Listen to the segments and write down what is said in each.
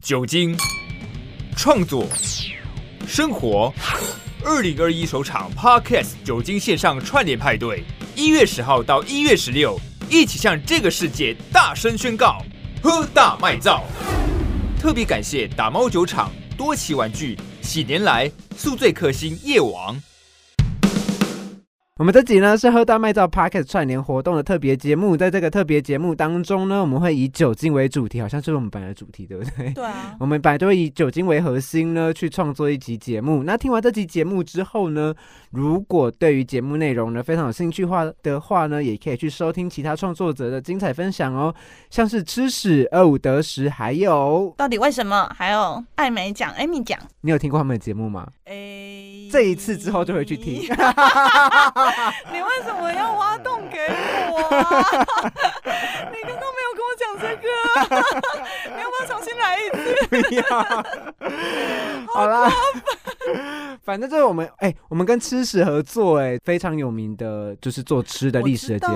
酒精、创作、生活。二零二一首场 Podcast 酒精线上串联派对，一月十号到一月十六，一起向这个世界大声宣告：喝大卖造！特别感谢打猫酒厂、多奇玩具、喜年来、宿醉克星夜王。我们这集呢是喝大麦造 Podcast 串联活动的特别节目，在这个特别节目当中呢，我们会以酒精为主题，好像是我们本来的主题，对不对？ 对啊，我们本来就会以酒精为核心呢，去创作一集节目。那听完这集节目之后呢，如果对于节目内容呢非常有兴趣话的话呢，也可以去收听其他创作者的精彩分享哦，像是吃屎、二五得十，还有 到底为什么？还有艾美奖、艾米奖，你有听过他们的节目吗？哎，这一次之后就会去 听。你为什么要挖洞给我、啊？ 你刚刚没有跟我讲这个、啊 你要不要重新来一次？不 要。好啦， 反正就是我们哎、我们跟吃屎合作哎、非常有名的就是做吃的历史的节目。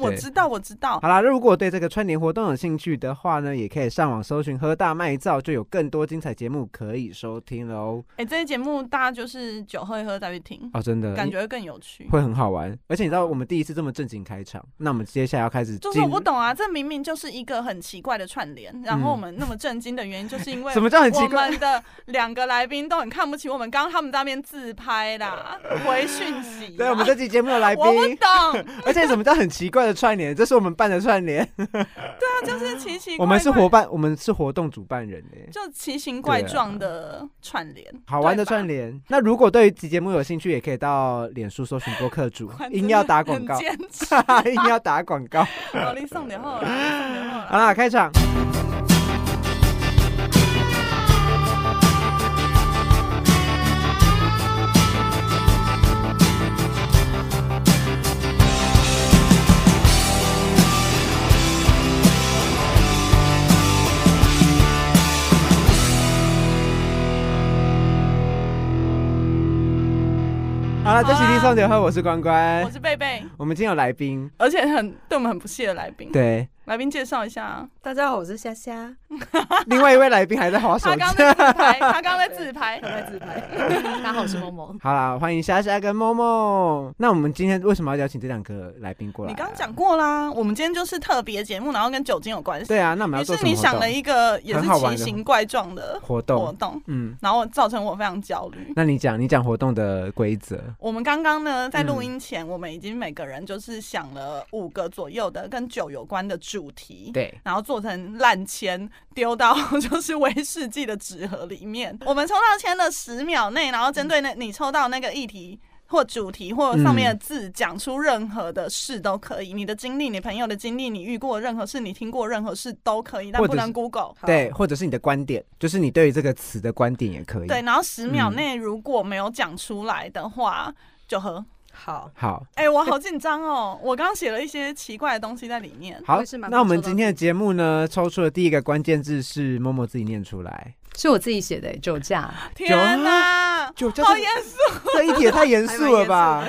我对知道啊，我知道，我知道。好啦，如果对这个串联活动有兴趣的话呢，也可以上网搜寻“喝大麦造”，就有更多精彩节目可以收听喽。哎、这些节目大家就是酒喝一喝再去听，哦，真的，感觉会更有趣。会很好玩。而且你知道，我们第一次这么正经开场，那我们接下来要开始进，就是我不懂啊，这明明就是一个很奇怪的串联，然后我们那么震惊的原因，就是因为什么叫很奇我怪？们的两个来宾都很看不起我们，刚刚他们在那边自 拍啦，回讯息啦。对，我们这期节目有来宾我，不懂，而且什么叫很奇怪的串联？这是我们办的串联，那就是奇奇怪怪，我们是伙伴，我们是活动主办 人哎、就奇形怪状的串联，好玩的对吧，串，联。那如果对于此节目有兴趣，也可以到脸书搜寻播客主 硬要打广告很，坚持， 硬要打广告。我力送点后啦，送点后啦 好啦，开场。好了，这期听送酒喝，我是关关我。是贝贝，我们今天有来宾，而且很对我们很不屑的来宾， 对，来宾介绍一下啊，大家好，我是虾虾，另外一位来宾还在划手他机刚。在自 拍，他刚在自拍他，在自拍。 大家好，我是萌萌。好啦，欢迎莎莎跟梦梦。那我们今天为什么要邀请这两个来宾过来、啊你刚刚讲。过啦，我们今天就是特别节目，然后跟酒精有关系，对啊，那我们要于做是什么你活想动？了一个也是很好玩奇的形怪状的活活动，动，嗯，然后造成我非常焦虑。那你讲，你讲活动的规则。我们刚刚呢，在录嗯音前，我们已经每个人就是想了五个左右的跟酒有关的主题。对，然后做成烂签，丢到 就是威士忌的纸盒里面。我们抽到签的十秒内，然后针对那你抽到那个议题或主题或嗯上面的字，讲出任何的事都可以。你的经历、你朋友的经历、你遇过的任何事、你听过的任何事都可以，但或不者能是 Google。对，或者是你的观点，就是你对于这个词的观点也可以。对，，然后十秒嗯内如果没有讲出来的话，就喝。好，好，哎、我好紧张哦！我刚写了一些奇怪的东西在里面。好我也是，蛮那我们不错的今天的节目呢，抽出的第一个关键字是默默自己念出来。是我自己写的、酒驾，天啊哪，酒驾好这严肃！啊这一题也太严肃了 吧？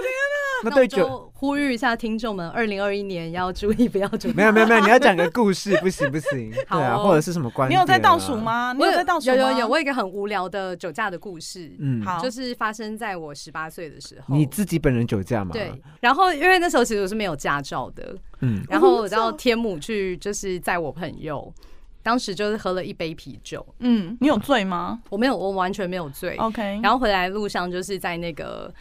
那那我对酒就呼吁一下听众们，二零二一年要注意不要酒 驾。没有没有没有，你要讲个故事，不行不 行。好对啊，哦或者是什么观你点啊？有在倒数吗？你我在倒数吗？有有有，我有一个很无聊的酒驾的故事，嗯，好，就是发生在我十八岁的时候。你自己本人酒驾吗？对，，然后因为那时候其实我是没有驾照的，嗯，然后我到天母去，就是载我朋友，当时就是喝了一杯啤酒，嗯，你有醉 吗我没有，我完全没有醉。 ？OK，然后回来路上就是在那个。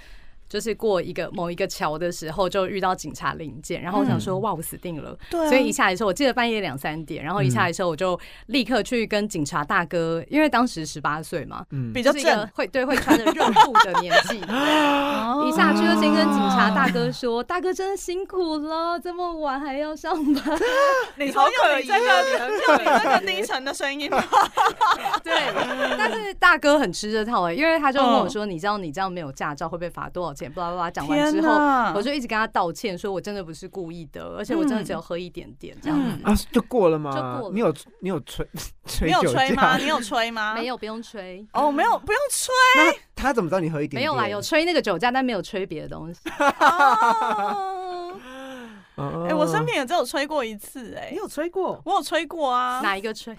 就是过一个某一个桥的时候，就遇到警察临检，然后我想说、哇，我死定了，对啊所以一下来的时候，我记得半夜两三点，然后一下来的时候，我就立刻去跟警察大哥，因为当时十八岁嘛，嗯，比较就是一个正，会对会穿着热裤的年 纪，哦一下去就先跟警察大哥说，大哥真的辛苦了，这么晚还要上 班，你好用你这个 用你这个可疑低沉的声音，对，但是大哥很吃这套哎、因为他就问我说：“你知道你这样没有驾照会被罚多少钱？”巴拉巴拉 讲完之天后，哪我就一直跟他道歉，说我真的不是故意的，而且我真的只有喝一点点这样子。 啊，就过了吗？就过了你有你有吹 吹嗯你有酒吹驾 吗？你有吹吗？嗯没。有，不用吹。哦，没有，不用 吹。那他怎么知道你喝一点点？没有啦，有吹那个酒驾，但没有吹别的东西。哦哎哎、我生平也只有吹过一次、哎你，有吹过？我有吹过啊，哪一个吹？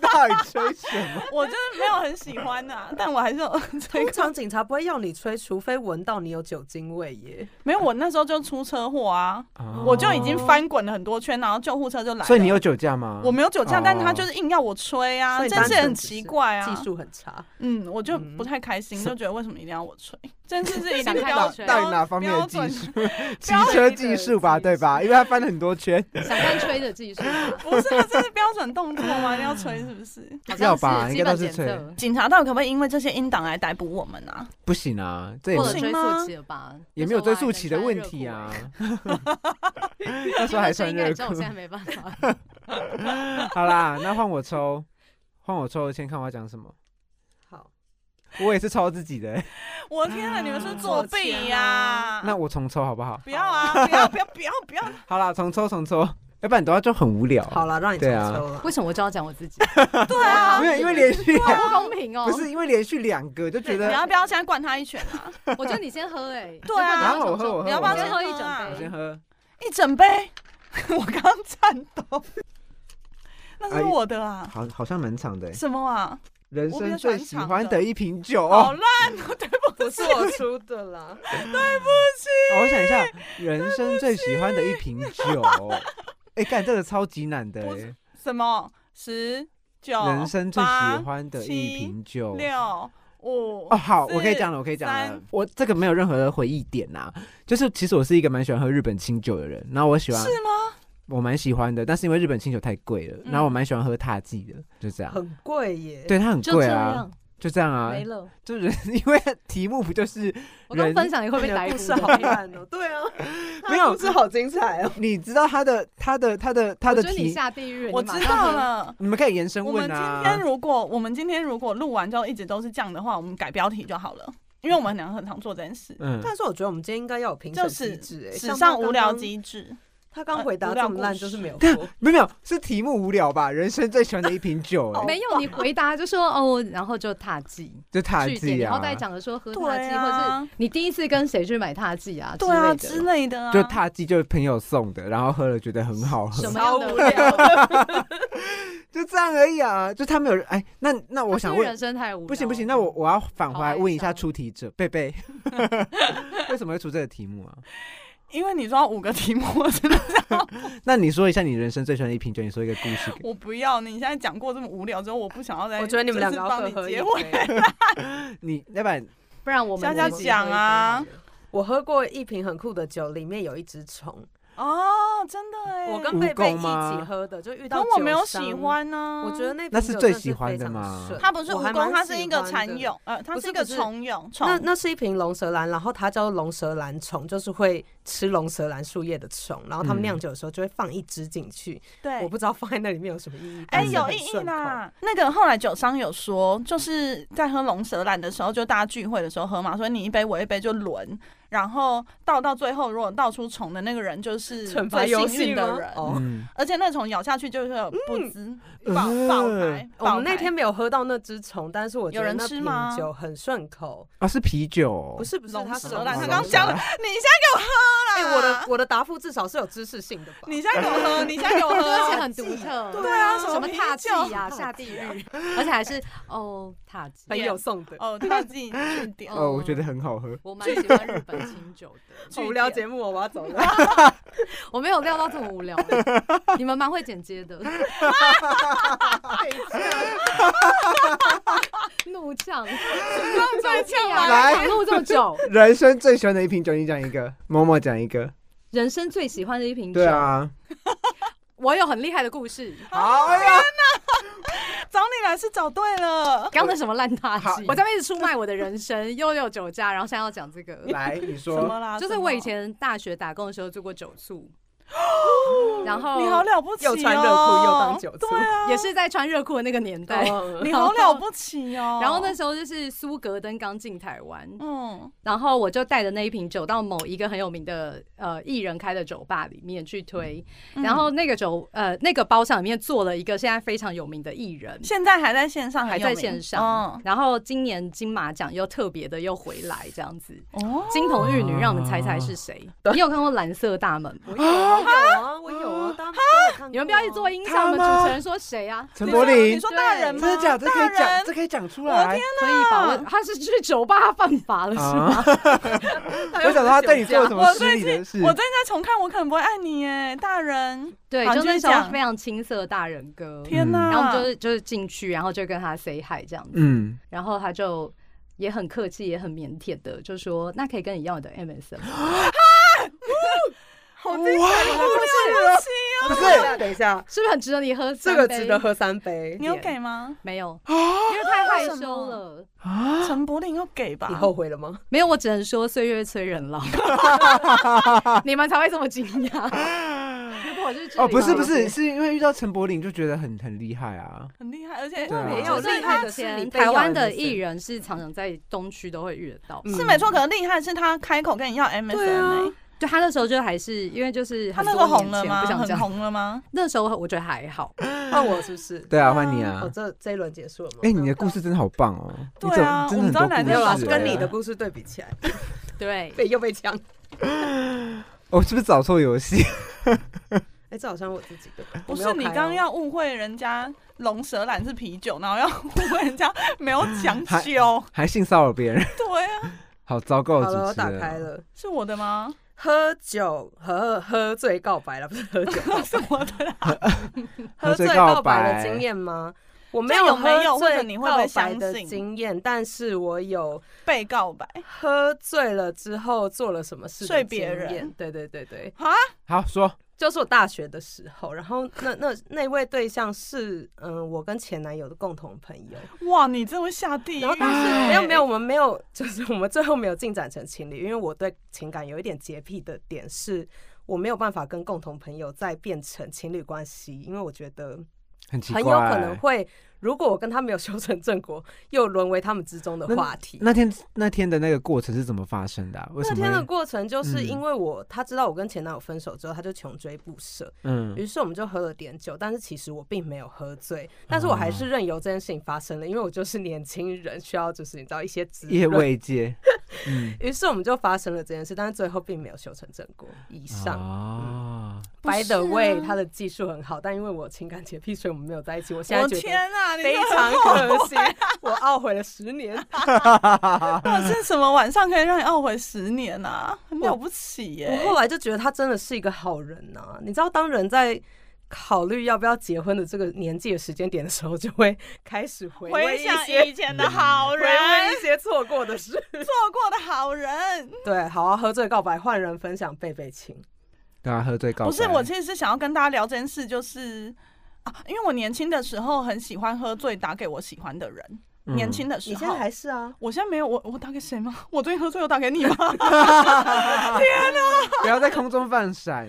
到底吹什 么？我就是没有很喜欢呐、但我还是有吹通过。常警察不会要你吹，除非闻到你有酒精味耶。没有，我那时候就出车祸啊，我就已经翻滚了很多圈，然后救护车就来了。哦所以你有酒驾吗？我没有酒驾，哦但他就是硬要我吹啊，所以这单件事很纯只奇是怪啊。技术很差，嗯，我就嗯不太开心，就觉得为什么一定要我吹？这件事是一定 想看到标到标底哪方面的标技准术？骑车技术吧，对吧？因为他翻了很多圈，想看吹的技 术吧，不是啊，这是标准动作吗？一定要吹是不 是？好像要吧是应基该本都是检吹测，警察到底可不可以因为这些音档来逮捕我们啊？不行啊，这也或者是行追吗溯期了吧？也没有追溯期的问题啊。那 那时时候候还穿还穿热热裤 裤。。我现在没办 法。好啦，那换我抽，换我抽，先看我要讲什么。好，我也是抽自己的、我的天啊，你们是作弊呀、啊那我重抽好不好？不要啊！不要不要不要不要！好啦，重抽重抽，要不然等下就很无聊。好了，让你重对啊抽了。为什么我就要讲我 自己？对啊没，有，因为连续好两、不公平 哦！不，是因为连续两个就觉你得要不要先灌他一拳啊？我觉得你先喝哎。对啊要不我喝重我喝我你要不要喝先喝一我我整先杯？喝，一整杯， 我刚刚颤抖。那哎是我的啊，好好像蛮长的、欸。什么啊？人我比生较最喜喜欢欢长的的一瓶酒好哦。烂哦，对不起不是我出的啦，哦我想一下，人生最喜欢的一瓶酒。 哎、干这个超级难的、不欸是。什么十九人生最喜欢的一瓶酒。六五哦，好，四我可以讲了，我可以讲了三。我这个没有任何的回忆点呐、就是其实我是一个蛮喜欢喝日本清酒的人，然后我喜欢，是吗？我蛮喜欢的，但是因为日本清酒太贵了，嗯然后我蛮喜欢喝塔记的，就这样。 很贵耶。对，它很就贵这啊样，，就这样啊，没了。就是因为题目不就是我刚人分享你会你被的逮故捕事好 的。烂哦，对 啊，没有他的故事好精彩哦。你知道他的他的他的他我的觉得你题，下地狱，我你马知上道喝。了。你们可以延伸我们问今天啊。如果我们今天如果录完之后一直都是这样的话，我们改标题就好了，因为我们很常很常做这件事。嗯，但是我觉得我们今天应该要有评审机制，哎，史像他上刚刚无聊。机制，他刚回答呃无聊这么烂，故事就 是没有但过。没有没有是题目无聊吧？人生最喜欢的一瓶 酒、哦欸，没啊有，你回答就说哦，然后就踏剂，就塔据点，记然啊后，再讲着说喝踏对剂，或者是啊，你第一次跟谁去买踏剂啊之对啊类之的。类的啊，就塔记就是朋友送的，然后喝了觉得很好喝什，么超样无的聊的，就这样而已啊。就他没有哎，那那 我想是不问是人，生太无聊。不行不行，那我我要返回好来哀问一下伤出题者贝贝， 为什么会出这个题目啊？因为你说要五个题目，我真的那你说一下你人生最喜欢的一瓶酒，你说一个故事给。 我不要。你现在讲过这么无聊之后，我不想要再。我觉得你们两个就是要帮各你喝一结尾，杯。哦你要不然不然我们佳佳自己讲啊喝一杯好了我喝过一瓶很酷的酒，里面有一只虫，哦，真的哎，我跟贝贝一蜈蚣吗起喝的，就遇可到。我没有喜，欢呢。我觉得那那瓶是酒最真喜欢非的常吗顺它不是我蜈还蚣，蛮它是喜一个欢蚕的蛹，呃，它不是一是个不是虫蛹，虫那那是一瓶龙舌兰，然后它叫龙舌兰虫，就是会吃龙舌兰树叶的虫。然后他嗯们酿酒的时候就会放一支进去，对我不知道放在那里面有什么意义。哎、但是有很意义顺口。啦！那个后来酒商有说，就是在喝龙舌兰的时候，就大家聚会的时候喝嘛，所以你一杯我一杯就轮，然后倒到最后，如果倒出虫的那个人就是惩罚最游幸戏运的人。吗哦，嗯，而且那虫咬下去就是有不滋、嗯爆爆呃开。我们爆那开天没有喝到那只虫，但是我觉有得人那吃瓶吗酒很顺口。啊是啤酒哦，不是不是，龙它是舌龙兰，舌他兰刚刚讲了， 你现在哎、给我我喝的啦！我的答复至少是有知识性的吧？你现在给我喝，你现在给我喝，而且很独特。啊对啊，什么啤踏剂酒呀，下地狱，而且还是哦踏 剂。朋友送的。 哦，他自己去点。哦，我觉得很好喝。我蛮喜欢日本清酒 的，好无聊节目哦，我要走了。我没有料到这么无 聊，你们蛮会剪接 的。怒呛，最呛啊来还录这么久，人生最喜欢的一瓶酒，你讲一个，某某讲一个。人生最喜欢的一瓶酒。对，啊，我有很厉害的故事。好啊呀，找你来是找对了。刚刚那什么烂踏好剂，我在那边一直出卖我的人 生，又有酒驾，然后现在要讲这个。来你什么说，啦？就是什我以么前大学打工的时候做过酒宿，然后你好了不起哦，又穿热裤又当酒醋对啊，也是在穿热裤的那个年代。哦你好了不起哦。 然后那时候就是苏格登刚进台湾，嗯，然后我就带着那一瓶酒到某一个很有名的呃艺人开的酒吧里面去推，嗯然后那个酒呃那个包厢里面坐了一个现在非常有名的艺人，现在还在线上，还在线哦上，，然后今年金马奖又特别的又回来这样子，嗯，哦，金童玉女让我们猜猜是谁？你有看过《蓝色大门》吗？哦有啊，我有啊，大家都有看过啊你们不要去做音效，我们他吗主持人说谁啊？陈你柏说霖嗯你，说大真人对吗？的假的？这可以大讲，人这可以讲出我的来。可以吧？我他是去酒吧犯法了是啊 吗？我想说他对你做了什么我失最礼的事近？我最近在重看，我可能不会爱你耶，大人。嗯对，好就你继那续时候讲非常青涩的大人哥，天啊哪！然后我们就是就是进去，然后就跟他 say hi 这样子，嗯，然后他就也很客气，也很腼腆的就说：“那可以跟你要我的 MSN 吗好精哇，不起不是等一下，等一下，是不是很值得你喝三这杯？”个值得喝三杯。你有给吗？没有？因为太害羞了。啊，陈柏霖要给吧你？后悔了吗？没有，我只能说岁月催人老，你们才会这么惊讶。 如果我是哦，不是不 是，是因为遇到陈柏霖就觉得很很厉害啊。很厉害，而且对啊没有有厉害的是你被台湾要的 MSN 艺人是常常在东区都会遇得到。嗯是没错，可能厉害是他开口跟你要 MSN 对啊欸就他那时候就还是因为就是他很那多时候年红了前吗？不想很讲。红了 吗？那时候我觉得还好，换我是不是？对啊，换你啊我。这这一轮结束了吗？哎，你的故事真的好棒哦。你对啊怎么真的我们很知道哪没有多啦故，事是哎跟你的故事对比起来，对，被 又被呛。我是不是找错游戏？ 哎，这好像我自己的，不我是，你没有开哦刚刚要误会人家龙舌兰是啤酒，然后要 误会人家没有讲究。还性骚扰别人， 对啊，好糟糕的好了，我主持打人。开了。是我的吗？ 喝酒喝喝醉告 白了，不是喝酒，是我的啦。喝醉醉告告白白的经验吗？我没就有没有喝或者醉你会不会告白相的信经验，但是我有被告白喝醉了之后做了什么事的睡别经验人对对对对，啊？好说，就是我大学的时候，然后那那那位对象是嗯，我跟前男友的共同朋友，哎哇，你真会下地狱然后但是欸！没有没有，我们没有， 就是我们最后没有进展成情侣，因为我对情感有一点洁癖的点是，我没有办法跟共同朋友再变成情侣关系，因为我觉得很奇怪，很有可能会，如果我跟他没有修成正果，又沦为他们之中的话题。那天那天的那个过程是怎么发生的啊、为什那么天的会？过程就是嗯因为我、他知道我跟前男友分手之后，他就穷追不舍，嗯，于是我们就喝了点酒，但是其实我并没有喝醉，但是我还哦是任由这件事情发生了，因为我就是年轻人，需要就是你知道一些 滋夜润。未接， 嗯，于是我们就发生了这件事，但是最后并没有修成正果。以上、啊，哦 By 不是啊 the way，他的技术很好，但因为我情感洁癖，所以我们没有在一起。我现在我觉得天啊，你非这常可惜，我懊悔了 十年。到底是什么晚上可以让你懊悔十年啊？很了不起耶、我后来就觉得他真的是一个好人呐、你知道，当人在考虑要不要结婚的这个年纪的时间点的时候，就会开始回味回一想些以前的好回人，味一些错过的事。做过的好人。 对，好啊，喝醉告白，换人分享贝贝情。对啊，喝醉告白不是，我其实是想要跟大家聊这件事，就是啊，因为我年轻的时候很喜欢喝醉，打给我喜欢的人。年，轻的时你候，现在还是啊？我现在没有，我我打给谁吗？我最近喝醉有打给你吗？ 嗯不要在空中放 闪，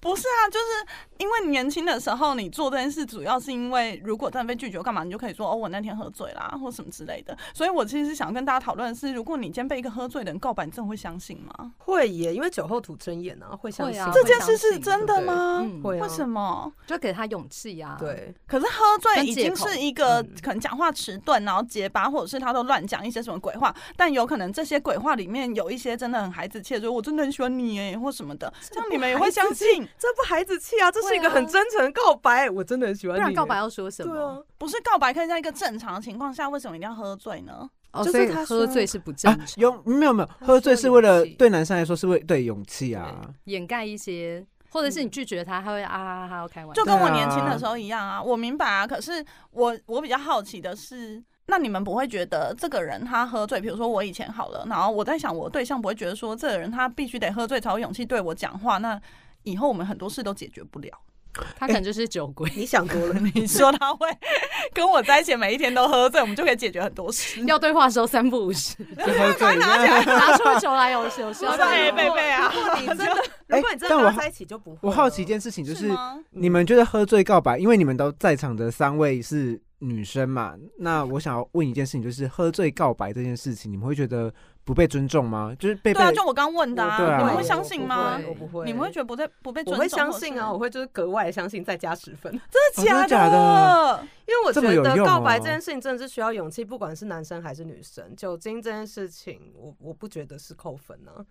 不是啊，就是因为年轻的时候你做这件事，主要是因为如果真的被拒绝干嘛，你就可以说哦，我那天喝醉啦，或什么之类的。所以我其实是想跟大家讨论的是，如果你今天被一个喝醉的人告白，你真的会相信吗？会耶，因为酒后吐真言啊，会相会信啊这会件相事是信真的吗？嗯，会啊，为什么？就给他勇气啊。，对，可是喝醉跟已借经口是一个嗯可能讲话迟钝，然后结巴，或者是他都乱讲一些什么鬼话，但有可能这些鬼话里面有一些真的很孩子气的，说我真的很喜欢你哎，或什么的，这样你们也会相信。这不孩子气啊，这是一个很真诚的告白，我真的很喜欢不你。然告白要说什对么？啊，不是告白可以在一个正常的情况下，为什么一定要喝醉呢？哦，就是所以他说喝醉是不正啊，常，有没有没有，喝醉是为了对男生来说是为对勇气啊，掩盖一些，或者是你拒绝他，他会啊哈哈开玩笑就。跟对我啊年轻的时候一样啊，我明白啊。可是我我比较好奇的是，那你们不会觉得这个人他喝醉，比如说我以前好了，然后我在想我对象不会觉得说这个人他必须得喝醉才有勇气对我讲话，那以后我们很多事都解决不了。他可能就是酒鬼，你想多了。 你说他会跟我在一起，每一天都喝醉，我们就可以解决很多事。要对话的时候三不五时， 就喝 醉 拿出酒来有有时我候说哎，贝贝啊，如果你 真的，哎如果你真的但跟我他好在一起就不会了。我好奇一件事情，就是吗？你们觉得喝醉告白，因为你们都在场的三位是女生嘛，那我想要问一件事情，就是喝醉告白这件事情，你们会觉得不被尊重吗？就是被对啊，被就我刚问的我不对啊啊，会你们会相信吗？我不会，你们会觉得不被不被我尊重？会相信啊，我会就是格外相信，再加十分，或者哦真是，真的的假假的的？因为我觉这么有得用告白哦这件事情真的是需要勇气，不管是男生还是女生，酒精这件事情，我我不觉得是扣分呢、哦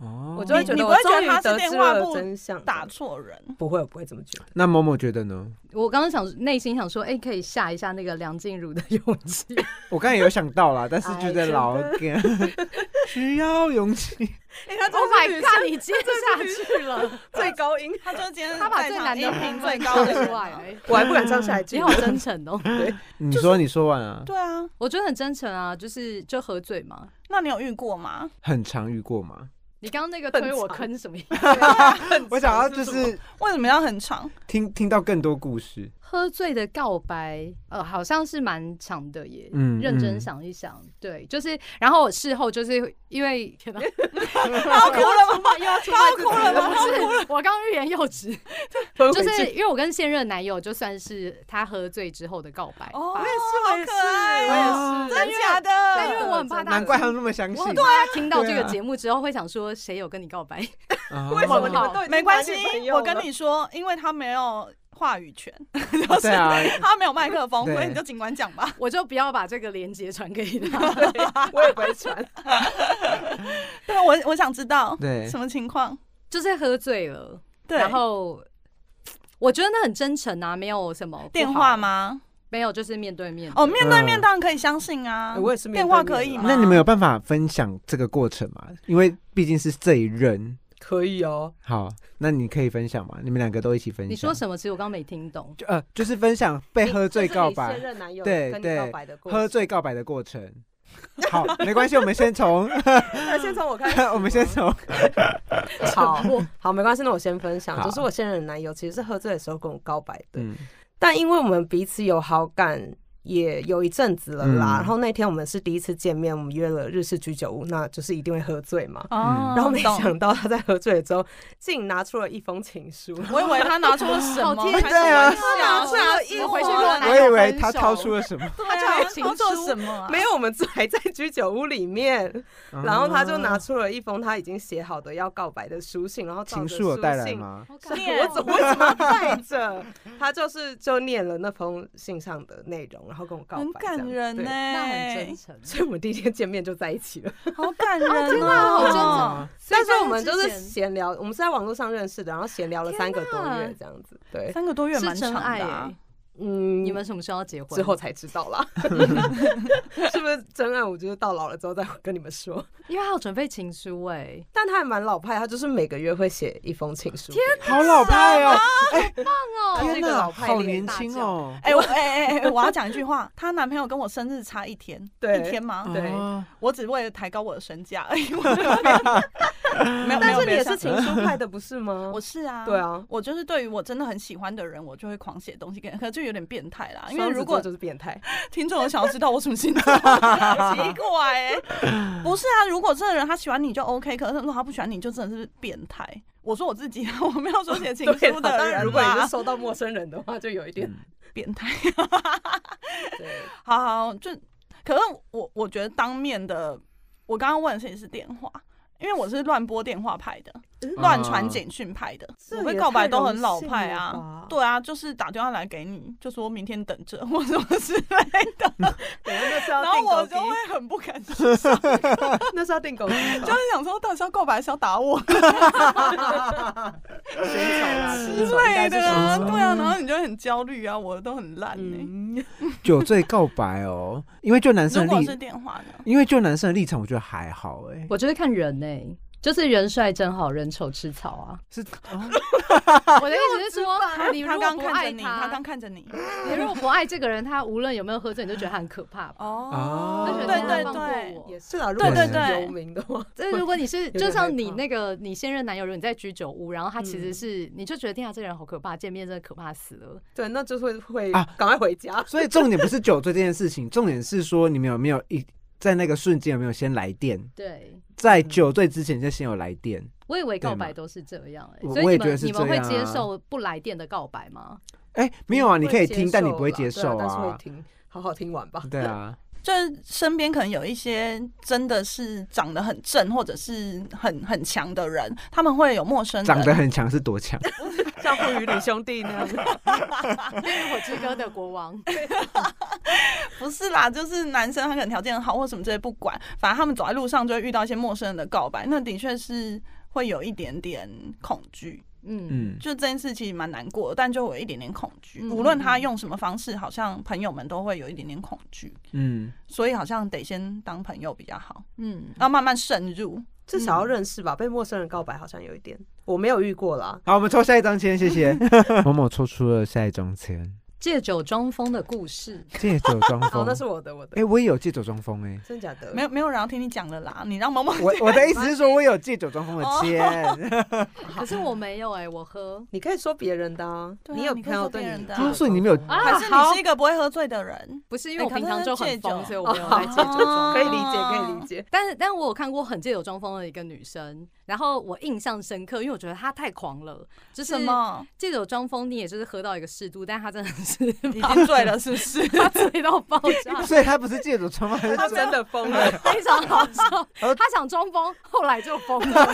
啊我就会你觉你得不我会觉终得于他是得电知话了簿真相，打错人，不会，我不会这么觉得。那某某觉得呢？我刚刚想内心想说，哎、可以下一下那个梁静茹的勇气。我刚才有想到啦，但是觉得老哎梗需要勇气。哎、他 Oh 真 my 是女 生 god！你接下去了，最高音，他就今天他把在最场难的音部频最分高的说人出了来了。哎我还不敢唱下一句你。好真诚哦，你说，你说完啊，对啊，我觉得很真诚啊，就是就喝醉嘛。那你有遇过吗？很常遇过吗？你刚刚那个推我很长坑什么意思？我想要就是为什么要很长？听听到更多故事。喝醉的告白，呃，好像是蛮长的耶。嗯认嗯真想一想，对，就是，然后我事后就是因 为，天哪，他哭了吗？又要出他哭了吗？不是，我刚欲言又 止，就就是因为我跟现任男友就算是他喝醉之后的告白，哦，我也是好可爱我也哦，啊真的假但因的？为我很怕他，难怪他们那么相我信。很怕他听到这对个啊节目之后会想说，谁有跟你告白？ 啊为什么你好们都已经没关男女朋系，友我跟了你说，因为他没有话语 权，对啊， 他没有麦克风，对所以你就尽管讲吧。我就不要把这个链接传给他。 我也不会传。对，我我想知道对什么情况。就是喝醉了，对，然后我觉得那很真诚啊，没有什么不好电话？吗？没有，就是面对面。哦，面对面嗯当然可以相信啊哎，我也是面电对话面可以啊吗？那你们有办法分享这个过程吗？因为毕竟是这一任。可以哦，好，那你可以分享吗？你们两个都一起分享。你说什么？其实我刚刚没听懂。就呃，就是分享被喝醉告白现、任男友对跟对你告白的过程。喝醉告白的过程。 好，没关系，我们先从， ，那先从我开始我们先从， 好好，没关系，那我先分享，好就是我现任男友其实是喝醉的时候跟我告白的，嗯，但因为我们彼此有好感。也有一阵子了嗯啦，然后那天我们是第一次见面，我们约了日式居酒屋，那就是一定会喝醉嘛。哦，然后没懂想到他在喝醉了之后，竟拿出了一封情书，我以为他拿出了什么，好贴开心始对啊玩笑他拿出来了一我回回去去跟我我男我友以为分他手掏出了什么，他对啊拿出来做什么啊？ 没有，我们还在居酒屋里面，啊然后他就拿出了一封他已经写好的要告白的书信，然后照着情书有带书来信吗？好感念 我怎么为什么要带着？ 他就是就念了那封信上的内容，然后跟我告白，很感人欸呢、呢、那很真诚。所以我们第一天见面就在一起了，好感人天哦、哪好真诚啊，但是我们就是之前闲聊，我们是在网络上认识的，然后闲聊了三个多月这样子。对，三个多月蛮是真长的、爱啊哎！嗯，你们什么时候要结婚？之后，才知道 啦，是不是真爱？我觉得到老了之后再跟你们说。因为他有准备情书哎，但他还蛮老派，他就是每个月会写一封情书。天好老派哦，棒啊这天是一个哪，老派好恋年大轻将哦，哎、我哎哎哎，我要讲一句话，她男朋友跟我生日差一天，对一天吗？对啊我只为了抬高我的身价而已，我没有没有，但是你别也的想法是情书派的，不是吗？我是啊，对啊，我就是对于我真的很喜欢的人，我就会狂写东西给，可就有点变态啦。因为双子如座果就是变态， 听众有想要知道我什么星座， 奇怪、欸，不是啊，如果这个人他喜欢你就 OK，可是如果他不喜欢你就真的是变态。我说我自己啊， 我没有说写情 对书啦的当人啊嗯啦，然如果你是收到陌生人的话，就有一点变态，对。 好好就，可是我我觉得当面的，我刚刚问的事情是电话，因为我是乱拨电话派的，嗯乱传简讯派的，我会告白都很老派啊。，对啊，就是打电话来给你，就说明天等着 或什么之类的，对，那是要然后订我狗就会机，很不敢接那是要订 狗机，就是想说，到底是要告白，还是要打我选手啦，之之类的啊？嗯对啊，然后你就会很焦虑啊，我都很烂呢。嗯，酒醉告白哦，因为就男如生的果立是电话呢？因为就男生的立场，我觉得还好哎、我觉得看人哎、就是人帅真好人丑吃草啊！是、哦、我的意思是说，你如他果刚不看着爱你，他刚看着你。你如果不爱这个人，他无论有没有喝醉，你就觉得他很可怕吧。哦就觉得对天哪对放过对，我也是啦，如对果对是对游民的话， 就是如果你是，点就像害你怕那个你现任男友，如果你在居酒屋，然后他其实嗯是，你就觉得天啊，这个人好可怕，见面真的可怕死了。对，那就会会啊赶快回家。所以重点不是酒醉这件事情，重点是说你们有没有一在那个瞬间有没有先来电，对，在酒醉之前就先有来电。我以为告对白嘛都是这样、欸，我所以我也你觉得们是你们这会样接啊受不来电的告白吗？哎、没有啊，你你可以听，但你不会接对受啊但是会啊。听，好好听完吧。对啊，就是身边可能有一些真的是长得很正或者是很很强的人，他们会有陌生人长得很强是多 强？像 父与女兄弟那样，变成火之歌的国王，不是啦，就是男生他可能条件很好或什么之类不管，反正他们走在路上就会遇到一些陌生人的告白，那的确是会有一点点恐惧。 嗯，嗯，就这件事其实蛮难过的，但就有一点点恐惧。嗯无论他用什么方式，好像朋友们都会有一点点恐惧，嗯，所以好像得先当朋友比较好，嗯，要慢慢渗入。至少要认识吧。被陌生人告白好像有一点，我没有遇过啦。好，我们抽下一张签，谢谢。嗯 某某抽出了下一张签，借酒装疯的故事，借酒装哦，疯。那哎、是我的，我的，我也有借酒装疯 哎。真假的？没有没有人要听你讲了啦，你让某某我我的意思是说，我有借酒装疯的哦 签。可是我没有哎，我喝你可以说别人的啊，对啊你有你可朋以友说对别你人的啊所以你没有啊还是你是一个不会喝醉的人，不是因为我啊哎可平常是就很戒疯，酒所以我没有在借酒哦装可以疯。理解，可以理解。但是，但我有看过很借酒装疯的一个女生，然后我印象深刻，因为我觉得她太狂了，就是什么？借酒装疯，你也就是喝到一个适度，但她真的是 已经醉了是不是？她醉到爆 炸，所以他不是借酒装疯，他他是是真的疯了，非常好 笑。呃她想装疯，后来就疯了，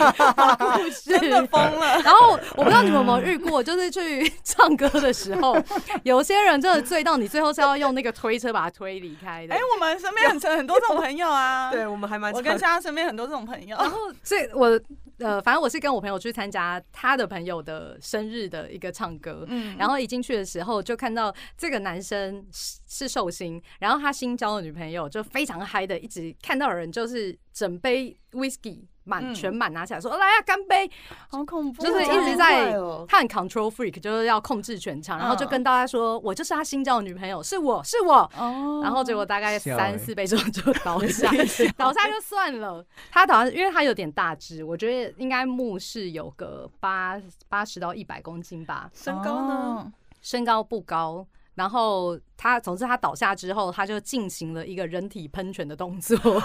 故事 真的疯 了，然后我不知道你们有没有遇过，就是去唱歌的时 候，有些人真的醉到你最后是要用那个推车把他推离开的。哎、我们身边很很多这种朋友啊。对，我们还蛮我常跟莎莎身边很多这种朋友。然后，所以我呃，反正我是跟我朋友去参加他的朋友的生日的一个唱歌。 嗯然后一进去的时候，就看到这个男生是是寿星，然后他新交的女朋友就非常嗨的，一直看到的人就是整杯 whisky 满嗯全满拿起来说：“来啊，干杯！”好恐怖哦，就是一直好在快哦他很 control freak，就是要控制全场，嗯然后就跟大家说，我就是他新交的女朋友，是我是我。哦然后结果大概笑欸三四杯之后就 倒下，倒下就算了。他倒下，因为他有点大只，我觉得应该目视有个八八十到一百公斤吧，身高哦呢？？哦身高不高。然后他，总之他倒下之后，他就进行了一个人体喷泉的动作，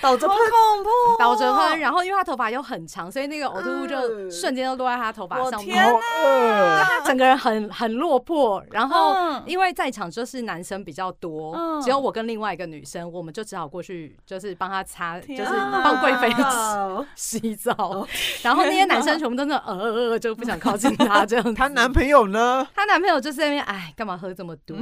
倒着好 喷，恐怖！哦倒 着喷。然后因为他头发又很长，所以那个呕吐物就嗯瞬间就落在他头发我上面。天啊好饿。他整个人很很落魄，然后嗯因为在场就是男生比较多，嗯只有我跟另外一个女生，我们就只好过去就是帮他擦，就天是啊哦帮贵 妃哇洗洗澡，然后那些男生全部都那种呃呃呃，就不想靠近他这样 子。她男朋友呢？她男朋友就在那边，哎，干嘛喝这么多？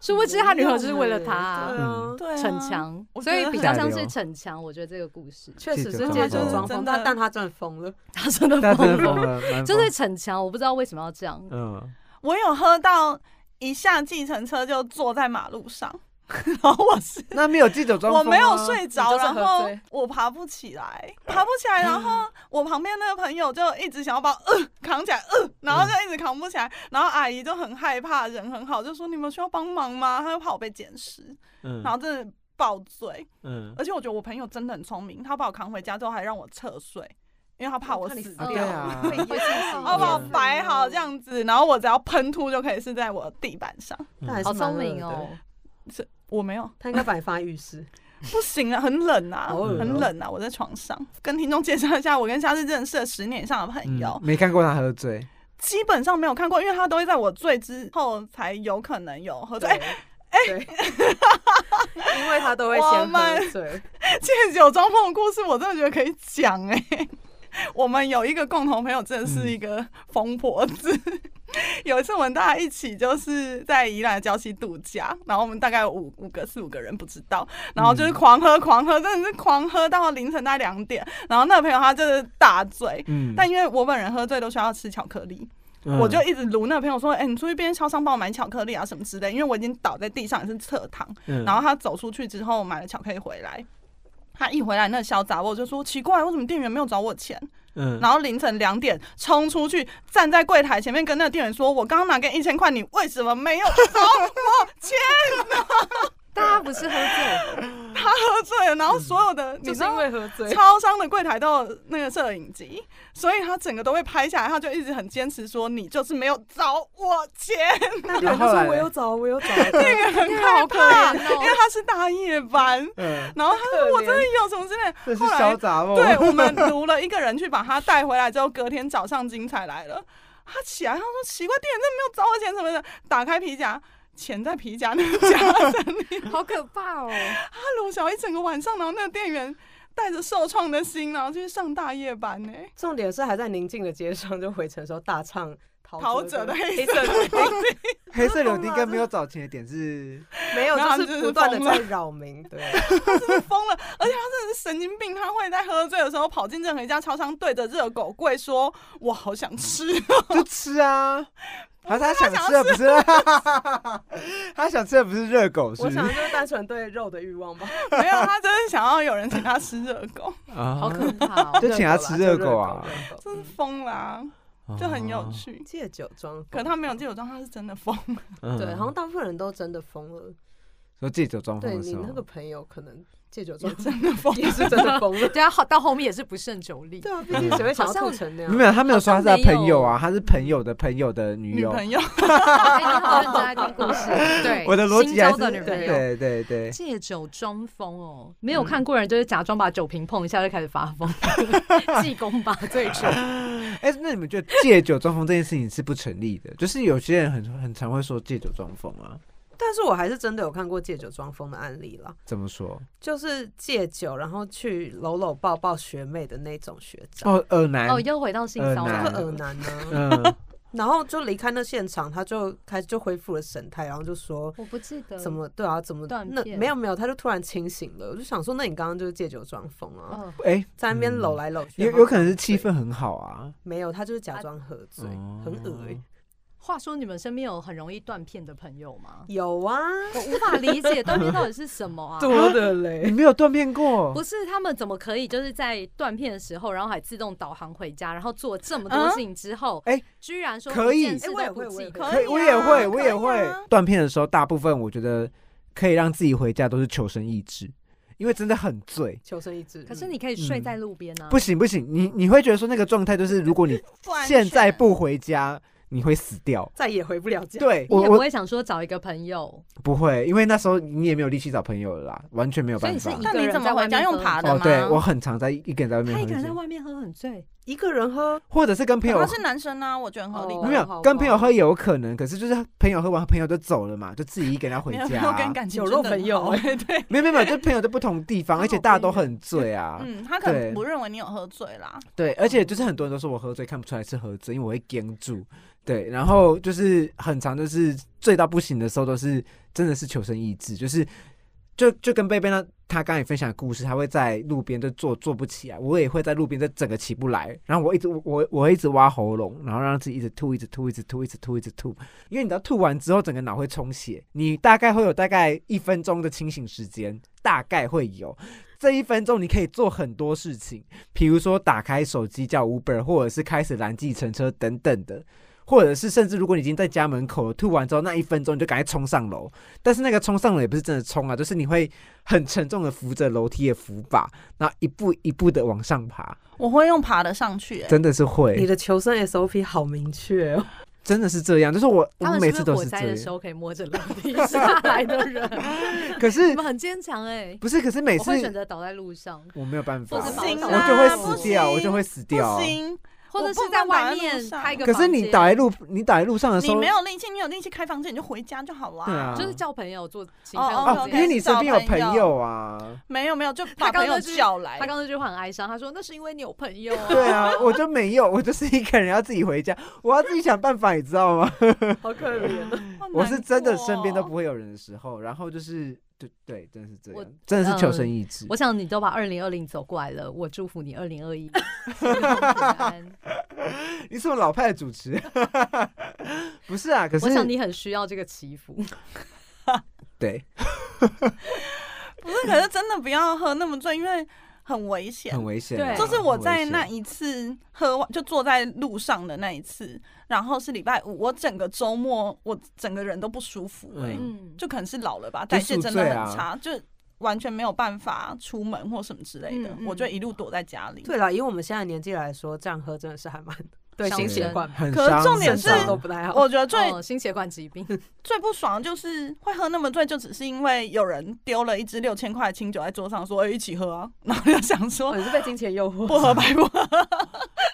殊不知他女朋友就是为了他对嗯啊，对啊，逞强，我觉所得以比较像很是逞强。我觉得这个故事，确实是借酒借酒装疯装疯，真的但但他真的疯了，他真的她 真的疯疯了，了，蛮疯就是逞强，我不知道为什么要这样。嗯，我有喝到一下计程车就坐在马路上， 然后我是那没有借酒装我疯，啊没有，睡啊你着，就是然喝后醉我爬不起来，爬不起来，然后我旁边那个朋友就一直想要把我呃扛起来，呃，然后就一直扛不起来，然后阿姨就很害怕，人很好，就说你们需要帮忙吗？她就怕我被捡尸，嗯然后真的爆醉，嗯，而且我觉得我朋友真的很聪明，他把我扛回家之后还让我侧睡，因为他哦怕我看你死死掉。对啊会会然后把我嗯摆哦好啊这，样子，然后我只要喷吐就可以是在我的地板上。但还是好蛮聪明热的哦。，我没有，他应该把你放在浴室，不行啊，很冷啊，好恶哦很冷啊，我在床上。跟听众介绍一下，我跟夏是认识了十年以上的朋友，嗯没看过她喝醉，基本上没有看过，因为他都会在我醉之后才有可能有喝醉。哎，哎，因为他都会我先们喝醉， 借酒装疯的故事，我真的觉得可以讲哎、我们有一个共同朋友，真的是一个疯婆子。 有一次我们大家一起就是在宜兰的礁溪度假，然后我们大概有五五个四五个人不知道，然后就是狂喝狂喝，真的是狂喝到凌晨大概两点。然后那个朋友他就是大醉，嗯，但因为我本人喝醉都需要吃巧克力，我就一直撸那个朋友说：“哎、你出去边超商帮我买巧克力啊什么之类。”因为我已经倒在地上，也是侧躺。嗯，然后他走出去之后买了巧克力回来，他一回来那小杂货就说奇怪，为什么店员没有找我钱？嗯，然后凌晨两点冲出去，站在柜台前面跟那个店员说：“我刚刚拿给一千块，你为什么没有 找我钱大家不是喝醉，？”他喝醉了，然后所有的、你就知是道因。为喝醉，超商的柜台都有那个摄影机，所以他整个都被拍下来。他就一直很坚持说：“你就是没有找我 钱。”那然人就后说来我有找，我有找，对很害好可怕，怜因为哦。他是大夜班，嗯，然后他说我真的有什么之类的。这是哦后来小杂货，对我们撸了一个人去把他带回来之后，隔天早上精彩来了，他起来他说奇怪，店员真的没有找我钱什么的，打开皮夹。钱在皮夹那个夹层里，好可怕哦！他撸小一整个晚上，然后那个店员带着受创的心，然后去上大夜班呢、重点是还在宁静的街上就回程的时候大唱。哎跑跑者的黑黑 色色的的黑色柳丁跟没有找钱的点是，没有，然后他就们是就是不断的疯在扰民，对，疯了，而且他真的是神经病，他会在喝醉的时候跑进任何一家超商，对着热狗柜说：“我好想吃。 就吃啊。还是他想想吃的不是， 他想吃的不是热 狗，是我不是想？就是单纯对肉的欲望吧，”没有，他真的想要有人请他吃热狗， 好啊，可怕、哦。就请他啦吃就热 热狗啊热狗真是疯啦、哦就很有趣。借酒装可疯，他没有借酒装，他是真的疯。嗯。对，然好像后大部分人都真的疯了。说借酒装对疯的你时候那，个朋友可能借 酒装真的疯，也是真的疯 了。对啊，好到后面也是不胜酒力。对啊，毕竟谁会想好要像吐成那样？没有，他没有说他是他朋友啊，好他是朋友的朋友的女女友。朋友，哎，你好认真在听故事。对，我的逻辑还是新交的女朋友。对对对，借酒装疯哦，没有嗯看过人就是假装把酒瓶碰一下就开始发 疯，济公把醉酒。哎，那你们觉得借酒装疯这件事情是不成立的？就是有些人很很常会说借酒装疯啊，但是我还是真的有看过借酒装疯的案例啦，怎么说？就是借酒然后去搂搂抱抱学妹的那种学长，哦，耳男哦，，又回到性骚这呃男扰了。个耳男呢。嗯，然后就离开那现场，他就开始就恢复了神态，然后就说我不记得怎。么对啊，怎么断那片没有没有，他就突然清醒了，我就想说，那你刚刚就是借酒装疯啊，哦 哎，在那边嗯搂来搂去，有然后有可能是气醉氛很好啊，没有，他就是假装喝醉，哦很恶欸话说你们身边有很容易断片的朋友 吗？有啊，我无法理解断片到底是什么啊？多的你嘞，没有断片过不，是他们怎么可以就是在断片的时候，然后还自动导航回家，然后做这么多事情之后，哎居然说可以一件事哎都我不也会记我得。也可可以，以我也会，啊我也可以会啊断片的时候，大部分我觉得可以让自己回家都是求生意志，因为真的很醉。求生意志。嗯可是你可以睡在路边啊，不行不行，你你会觉得说那个状态就是，如果你不然现在不回家，你会死掉。再也回不了家。对你我也不我会想说找一个朋友，不会，因为那时候你也没有力气找朋友了啦，完全没有所以办你是法。一那个你人怎在么外回家面用喝爬酒的哦，吗？对我很常在一个人在外面他一喝个人在酒，外面喝很醉，一个人喝，或者是跟朋友他是男生啊，我觉得很合理吧。哦没好有跟朋友吧喝也有可能，可是就是朋友喝完，朋友就走了嘛，就自己一个人要回没有 没家有啊。跟感情酒真肉的很朋友 好对，没有没有没有，就朋友在不同地方， 他而且好大家边都缘很醉啊。嗯，他可对能不认为你有喝醉啦。对，而且就是很多人都说我喝醉，看不出来是喝醉，因为我会僵住。对，然后就是很长，就是醉到不行的时候，都是真的是求生意志，就是就就跟贝贝呢，他刚才分享的故事，他会在路边就坐坐不起来，我也会在路边就整个起不来，然后我一直我我我会一直挖喉咙，然后让自己一直吐，一直吐，一直吐，一直吐，一直吐，因为你知道吐完之后整个脑会充血，你大概会有大概一分钟的清醒时间，大概会有。这一分钟你可以做很多事情，比如说打开手机叫 Uber，或者是开始拦计程车等等的，或者是甚至如果你已经在家门口了，吐完之后那一分钟你就赶快冲上楼，但是那个冲上楼也不是真的冲啊，就是你会很沉重的扶着楼梯的扶把，然后一步一步的往上爬，我会用爬的上去、欸，真的是你会，的求生 SOP 好明确哦。真的是这样，就是我他我们每是次不是都火是这灾的时样，候可以摸着楼梯 下来的人？ 可你是们很坚强哎，不是可是每我次会选择倒在路上，我没有办法，或是我不行啊就会死掉，不行我就会死不掉。行，或者我不是在敢外倒在路面上啊开一个可房间。是你打在路你打在路上的时你候，没有力气，你有力气开房间你就回家就好啦。对啊就是叫朋友做请哦朋友哦做哦，这因件为事你身边有找朋朋友友啊。没有没有，就他把刚朋刚友就是叫来。他刚刚那句话很哀伤，他说那是因为你有朋友啊。对啊，我就没有，我就是一个人要自己回家， 我要自己想办法，你知道 吗？ 好可怜。啊好难我是真的过身边都不会有人的时候，然后就是对对，真的是这我呃样，真的是求生意志。 我想你都把二零二零走过来了，我祝福你二零 二一平安。你是我老派的主持， 不是啊？可是我想你很需要这个祈福。对，不是，可是真的不要喝那么醉，因为很危险很。危险啊。对就是我在很危那险一次喝完，就坐在路上的那一次，然后是礼拜五，我整个周末我整个人都不舒服、欸，嗯嗯，就可能是老了吧，就代谢宿真的醉很啊差，就完全没有办法出门或什么之类的，嗯嗯我就一路躲在家里。 对了，以我们现在年纪来说，这样喝真的是还蛮对伤心身血管很可是伤重点很是伤都不太好。我觉得最、哦心血管 疾病，最不爽的就是会喝那么醉，就只是因为有人丢了一支六千块的清酒在桌上，说：“哎、一起喝啊！” 然后就想哦说你是被金钱诱惑，不喝白不喝。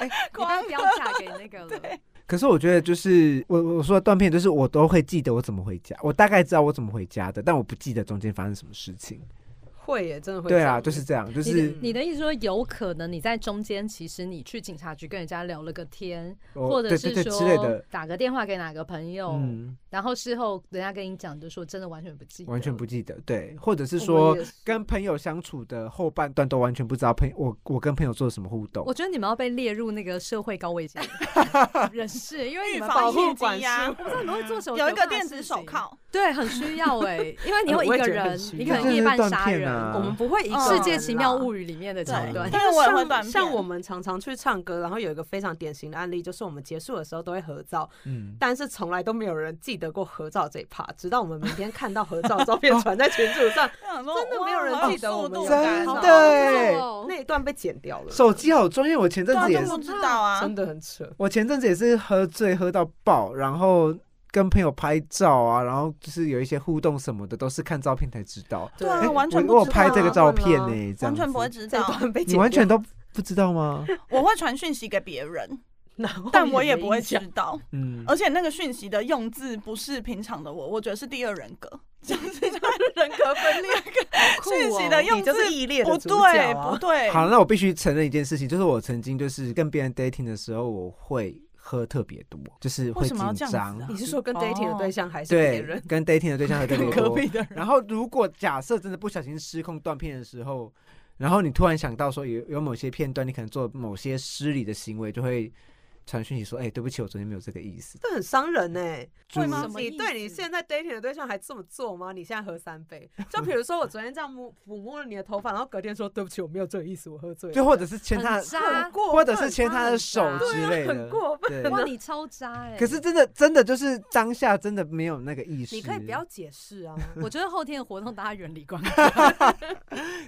你光要标价给那个了。可是我觉得就是我我说的断片，就是我都会记得我怎么回家，我大概知道我怎么回家的，但我不记得中间发生什么事情。会耶，真的会这对样耶。啊，就是这样，就你是的你的意思说，有可能你在中间，其实你去警察局跟人家聊了个天，我或者对是对对说之类的，打个电话给哪个朋友，嗯，然后事后人家跟你讲，就说真的完全不记得，完全不记得，对，或者是我说也是跟朋友相处的后半段都完全不知道朋我我跟朋友做了什么互动我，觉得你们要被列入那个社会高危险 人士，因为你预们防保护业管绩呀束，不知道你们会做什么有一可怕个的电事子情手，铐，对，很需要哎、因为你会嗯我一也个觉得很人，需你要可能夜半这是断杀片人，啊我们不会一个嗯世界奇妙人啦物语》里面的桥对段。但是我也会像断片像我们常常去唱歌，然后有一个非常典型的案例，就是我们结束的时候都会合照，嗯，但是从来都没有人记得过合照这一趴，直到我们明天看到合照照片传在群组 上，真真的没有人记得我们度有啊真感干扰的哦欸哦那一段被剪掉了，手机好专业，我前阵对啊，子也根是本不知道啊，真的很扯。我前阵子也是喝醉喝到爆，然后跟朋友拍照啊，然后就是有一些互动什么的，都是看照片才知道。对对啊，诶完全我不哎我有知拍道这个啊照片呢、完欸，这样完全子不会知这一道，啊段被剪你掉完 全都不知道 吗？我会传讯息给别人，然后 但我也没不会印知象道。嗯，而且那个讯息的用字不是平常的我，我觉得是第二人格，就是就是人格 哎分裂。酷讯哦息的用你就是字异列不的主角对，啊不对。好，那我必须承认一件事情，就是我曾经就是跟别人 dating 的时候，我会喝特别多，就是为会什紧么要这样子张啊。你是说跟 dating 的对象还是别对人？，跟 dating 的对象喝特别隔多。壁的人，然后如果假设真的不小心失控断片的时候，然后你突然想到说有有某些片段，你可能做某些失礼的行为，就会传讯息说：“哎、对不起，我昨天没有这个意思。 这很伤人呢、猪”会吗什么你意对你思现在 dating 的对象还这么做吗？你现在喝三杯，就比如说我昨天这样摸抚摸了你的头发，然后隔天说对不起，我没有这个意思，我喝醉了。就或者是牵他很，渣，过或者分是牵他的手很渣之类啊很的，过分。对。哇，你超渣哎、可是真的真的就是当下真的没有那个意识，你可以不要，解释啊，我觉得后天的活动大家远离 光，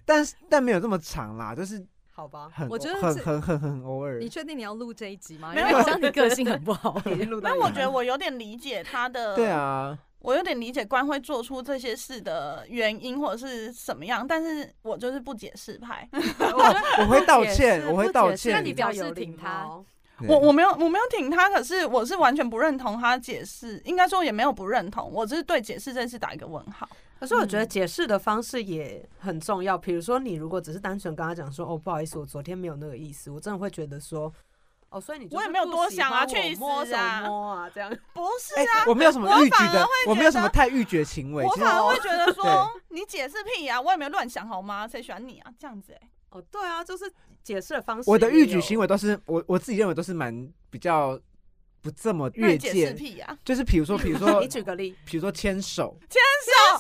但是但没有这么长啦，就是好吧？很我觉得很这很很很偶尔你。确定你要录这一集吗？没因有为好像你个性很不好。 已经录到那一我半觉得我有点理解他的，对，啊，我有点理解官会做出这些事的原因或者是什么样，但是我就是不解释派，我会道解歉，释我会不道解释歉。那你比较表示有礼挺他貌对我我没有我没有挺他，可是我是完全不认同他解释，应该说也没有不认同，我只是对解释这事打一个问号。可是我觉得解释的方式也很重要。比如说，你如果只是单纯跟他讲说：“哦，不好意思，我昨天没有那个意思。”我真的会觉得说：“哦，所以你就是我也没有不多喜想啊欢去我死摸手啊摸啊，这样。不是哎啊，，我没有什么我欲举反而的会，我没有什么觉得太欲举的行为。我其实哦反而会觉得说 对你解释屁呀、我也没有乱想好吗？谁喜欢你啊？这样子哎、欸，”哦，对啊，就是解释的方式。我的欲哦举行为，为都是我我自己认为都是蛮比较不这么那越你解界，释屁呀、就是比如说比如说 你举个例，比如说牵手，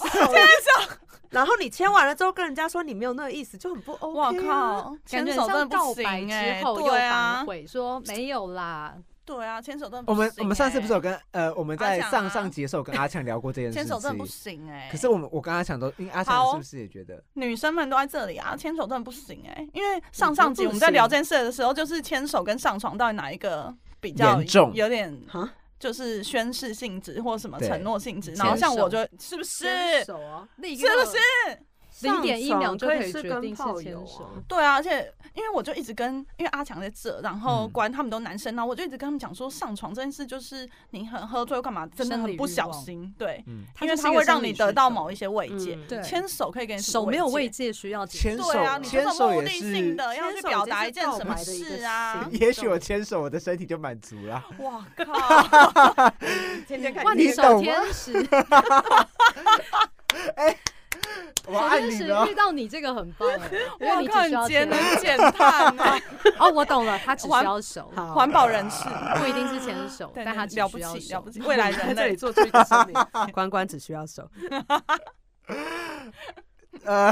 然后你签完了之后跟人家说你没有那个意思，就很不 OK、啊我！靠，啊感牵觉手真的像告不行白哎、之后又对反啊，悔，说没有啦，对啊，牵手真的不我行、们我们上次不是有有跟呃我们阿在强上啊上集的时候跟阿强聊过这件事牵手真的不情，行哎、可是我们我跟阿强都，因为阿好强哦是不是也觉得女生们都在这里啊，牵手真的不行哎、因为上你上不集是我们在聊这件事的时候，就是牵手跟上床到底哪一个比较严重有点哈就是宣誓性质或什么对承诺性质，牵然后像我手就是不是？牵手啊，立是不是？零点一秒上床就可以是决定是跟炮牵友手啊。对啊，而且因为我就一直跟，因为阿强在这，然后嗯关他们都男生，然后我就一直跟他们讲说，上床这件事就是你很喝醉或干嘛，真的很不小心，对，嗯因为它会让你得到某一些慰藉。嗯对牵手可以给你什手么没有慰慰藉，藉需要解牵手对啊，你这牵种手目也的是性，的要去表达一件什么事啊？也许我牵手我的身体就满足了。 哇靠！天天看哇，你你你懂手吗天使， 我手爱天你使了遇，到你这个很棒哎， 因为我你靠，只需你要节牵能 减碳啊，哦，我懂了，他只需环要手，好环保人士，不一定是牵手，对，啊但他只了不需要起，了手不。起，未来 在人这里 类。做出一个声明，关关只需要手。呃，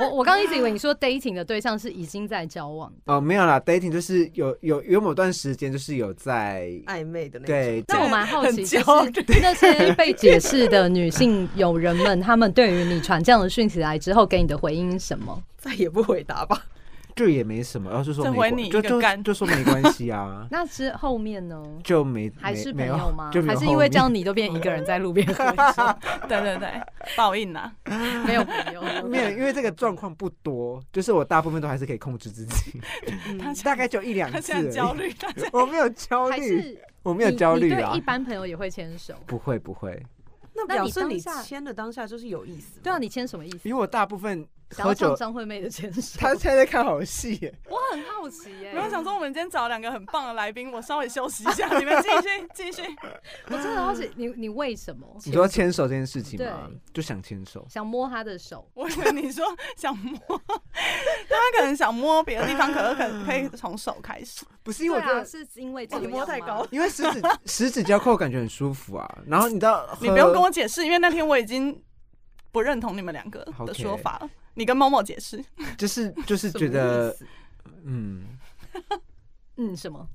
我我刚刚一直以为你说 dating 的对象是已经在交往，哦，没有啦，dating 就是有有有某段时间就是有在暧昧的那种。对，那我蛮好奇，就很焦虑是那些被解释的女性友人们，她们对于你传这样的讯息来之后，给你的回应是什么？，再也不回答吧。就也没什么，然后就说这没回关你一就个就干就说没关系啊那之后面呢？就没还是没没朋友有吗就？没还有是后因为这样面你都变一个人在 路边喝酒，对对对，报应啊！没有朋友？没有，因为这个状况不多，就是我大部分都还是可以控制自己， 他大概就一两他次现在而焦已。虑，他现在 我没有焦嗯还虑，是我没没有焦虑你啊对一，般朋友也会牵手，不会不会，那那表你示当你下签的当下就是有意思。对啊，，你签什么意思？因为我大部分想喝要唱酒，张惠妹的牵手，他现在在看好戏 耶，我很好奇耶、然后想说，我们今天找两个很棒的来宾，我稍微休息一下，你们继 续继续。我真的好奇你你为什么你说牵手这件事情吗对？就想牵手，想摸她的手？我以为你说想摸， 他可能想摸别的地方，可是可能可以从手开始。不是因对为我觉啊，得，是因为这哇样你摸太吗高了因为十 指十指交扣感觉很舒服啊。然后你到你不用跟我解释，因为那天我已经不认同你们两个的说法了。你跟某某解释，就是就是觉得，嗯，嗯什么？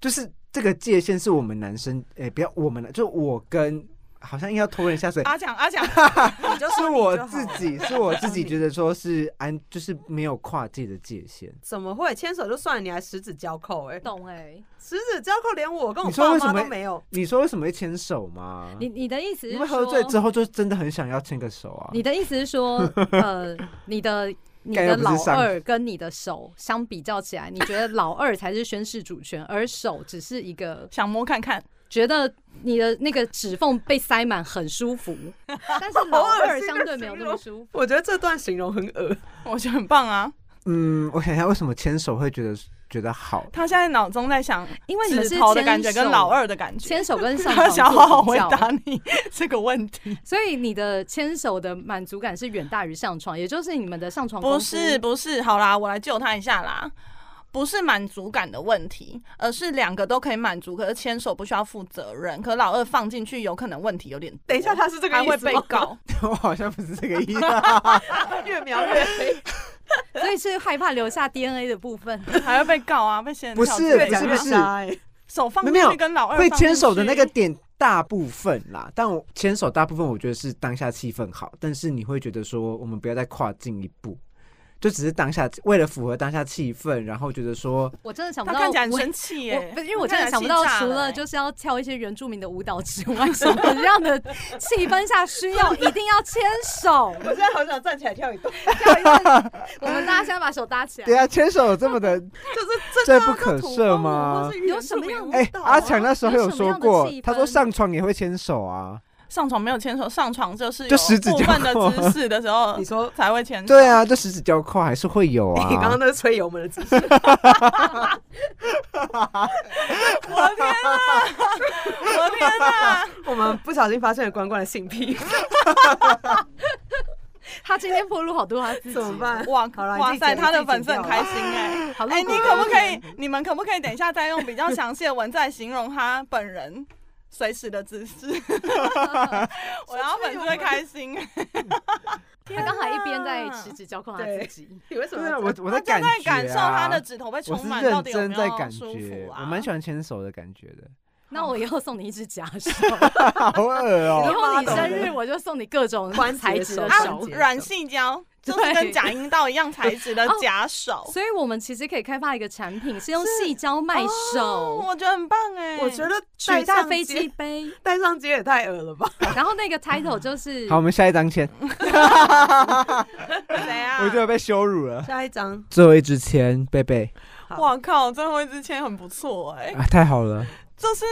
就是这个界限是我们男生，哎，不要我们，就我跟好像硬要拖人下水，阿蒋阿蒋，你 就就是说你我就好自了己，是我自己你觉得说是安， 就是没有跨界的界限。怎么会牵手就算了，你还十指交扣、哎，懂哎、十指交扣连我跟我你说爸为什妈么都没有。你说为什么会牵手吗？你你的意思因是说为喝醉之后就真的很想要牵个手啊。你的意思 是说，呃，你的你盖又的不是老上二跟你的手相比较起来，你觉得老二才是宣誓主权，而手只是一个想摸看看，觉得你的那个指缝被塞满很舒服，但是 老二相对没有那么舒服。我觉得这段形容很恶，我觉得很棒啊。嗯，我想一下为什么牵手会觉得觉得好。 他现在脑中在想因为你们指是头的感觉牵手跟老二的感觉，牵手跟上他床想好好做回比较答 你这个问题。所以你的牵手的满足感是远大于上床，也就是你们的上床不功夫是不是，好啦，我来救他一下啦。不是满足感的问题，而是两个都可以满足，可是牵手不需要负责任。可老二放进去，有可能问题有点多，等一下他是这个还意会思被 吗，告。我好像不是这个意思。越描越黑。 所以是害怕留下 DNA 的部分。还会被告啊， 被嫌不跳是不脚越是讲越不是瞎哎手放没进有去跟老二会放牵手的进去那个，点大部分啦，但我牵手大部分我觉得是当下气氛好，但是你会觉得说我们不要再跨进一步，就只是当下为了符合当下气氛，然后觉得说我真的想不他到，看起来很生气我耶不。是因为我看真起来的想不气到，炸除了了欸就是要跳一些原住民的舞蹈之外，什么 样的气氛下需要一定要牵 手？我现在好想站起来跳一段，我们大家先把手搭起对来。啊，牵手有这么的，就是这这不可赦吗有什么样的哎、啊阿强啊那时候有有什说么样的过气，他说氛上床也会牵手啊，上床没有牵手，上床就是就有十指部交分的扣姿势的时候你说 才会牵手。对，啊，就十指交扣还是会有 啊。你刚刚那是吹油门的姿势，我的天啊！我的天 啊！我们不小心发现了关关的性癖，他今天暴露好多他自己，怎么？办？哇好啦你哇自己塞，剪他你的自己粉丝很剪掉开啦心 哎。好露哎，骨你可不可以？你们可不可以等一下再用比较详细的文字来形容他本人随时的姿势？ 我要粉丝会开心哎。他刚才一边在天哪十指交扣他自对己，你为什么对要啊，这我我他样？在就在感觉、啊、感受他的指头被我充是满到认底有真没在有感舒觉服，啊？我蛮喜欢牵手的感觉 的，那我以后送你一只假手，好恶以哦、后你生日我就送你各种关节材质的手啊手关，节软性胶就是跟假阴道一样材质的假手，所以我们其实可以开发一个产品，是用细胶卖哦手，我觉得很棒哎。我觉得取带代上飞街机，杯，带上街也太恶了吧？然后 那个 title 就是好，我们下一张牵，谁啊？我觉得被羞辱了。下一张，最后一支签，贝贝 哇靠，最后一支签很不错哎。啊，太好了！ 就是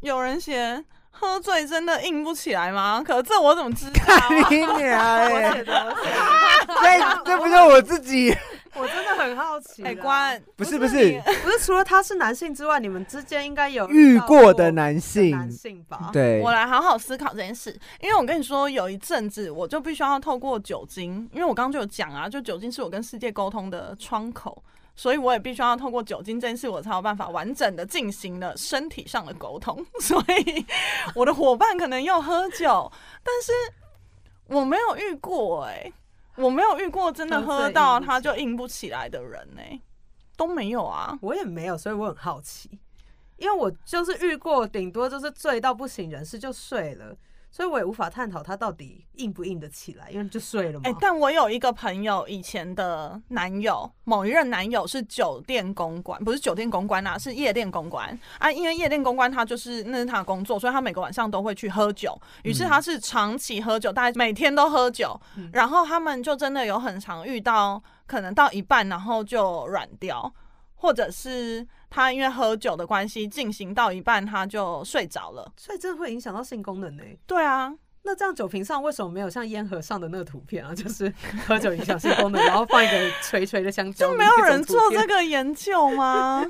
有人写喝醉真的硬不起来吗？可这我怎么知道、啊？你娘哎、 写的，我写的这这不是我自己， 我真的很好奇啦。哎、关不是不你是不是除了他是男性之外，你们之间应该有遇到过的男性，男性吧？对我，来好好思考这件事，因为我跟你说，有一阵子我就必须要透过酒精，因为我刚刚就有讲啊，就酒精是我跟世界沟通的窗口，所以我也必须要透过酒精这件事，我才有办法完整的进行了身体上的沟通。 所以我的伙伴可能要喝酒，但是我没有遇过哎、我没有遇过真的喝到他就硬不起来的人哎、都没有啊。我也没有，所以我很好奇，因为我就是遇过，顶多就是醉到不省人事就睡了，所以我也无法探讨他到底硬不硬得起来，因为就睡了嘛。哎、但我有一个朋友，以前的男友，某一任男友是酒店公关，不是酒店公关啦、是夜店公关啊。因为夜店公关他就是那是他的工作，所以他每个晚上都会去喝酒。于是他是长期喝酒，大概每天都喝酒。嗯然后他们就真的有很常遇到，可能到一半然后就软掉。或者是他因为喝酒的关系进行到一半他就睡着了。所以这会影响到性功能呢、对啊，那这样酒瓶上为什么没有像烟盒上的那个图片啊？就是喝酒影响性功能，然后放一个垂垂的香蕉， 就没有人做这。个研究 吗？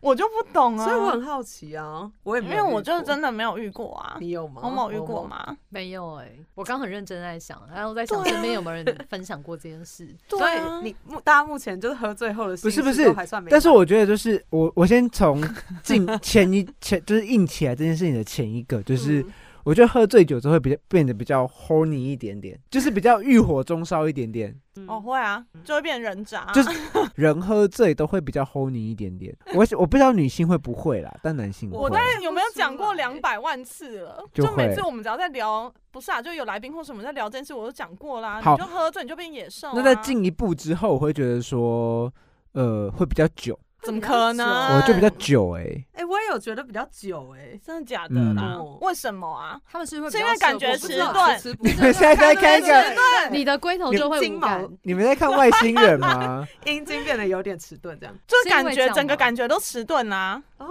我就不懂啊，所以我很好奇啊，我也因没有遇为过，我就是真的没有遇过啊。你有吗？某某遇过某某？吗？没有哎、我刚很认真在想，然后我在想对啊身边有没有人分享过这件事。对所啊以你目大家目前就是喝醉后的不是心不智是都还算没，但是我觉得就是我我先从近前一前就是硬起来这件事情的前一个，就是嗯我觉得喝醉酒之后会比较变得比较 horny 一点点，就是比较欲火中烧一点点。 嗯哦，会啊，就会变人渣。就是人喝醉都会比较 horny 一点点。我我不知道女性会不会啦，但男性我会大。概有没有讲过不出来两百万次了？就就会每次我们只要在聊，不是啊，就有来宾或什么在聊这件事，我都讲过啦。好你就喝醉，你就变野兽啊、那在进一步之后，我会觉得说，呃，会比较久，怎么可能？我就比较久哎、哎、我也有觉得比较久哎、真的假的啦？嗯为什么啊？他们是会是因为感觉我不迟知道钝迟不你们现在在看一个，对，你的龟头就会无感你，你们在看外星人吗？ 阴茎变得有点迟钝这样。就是感是因为这觉样吗整个感觉都迟钝啊。哦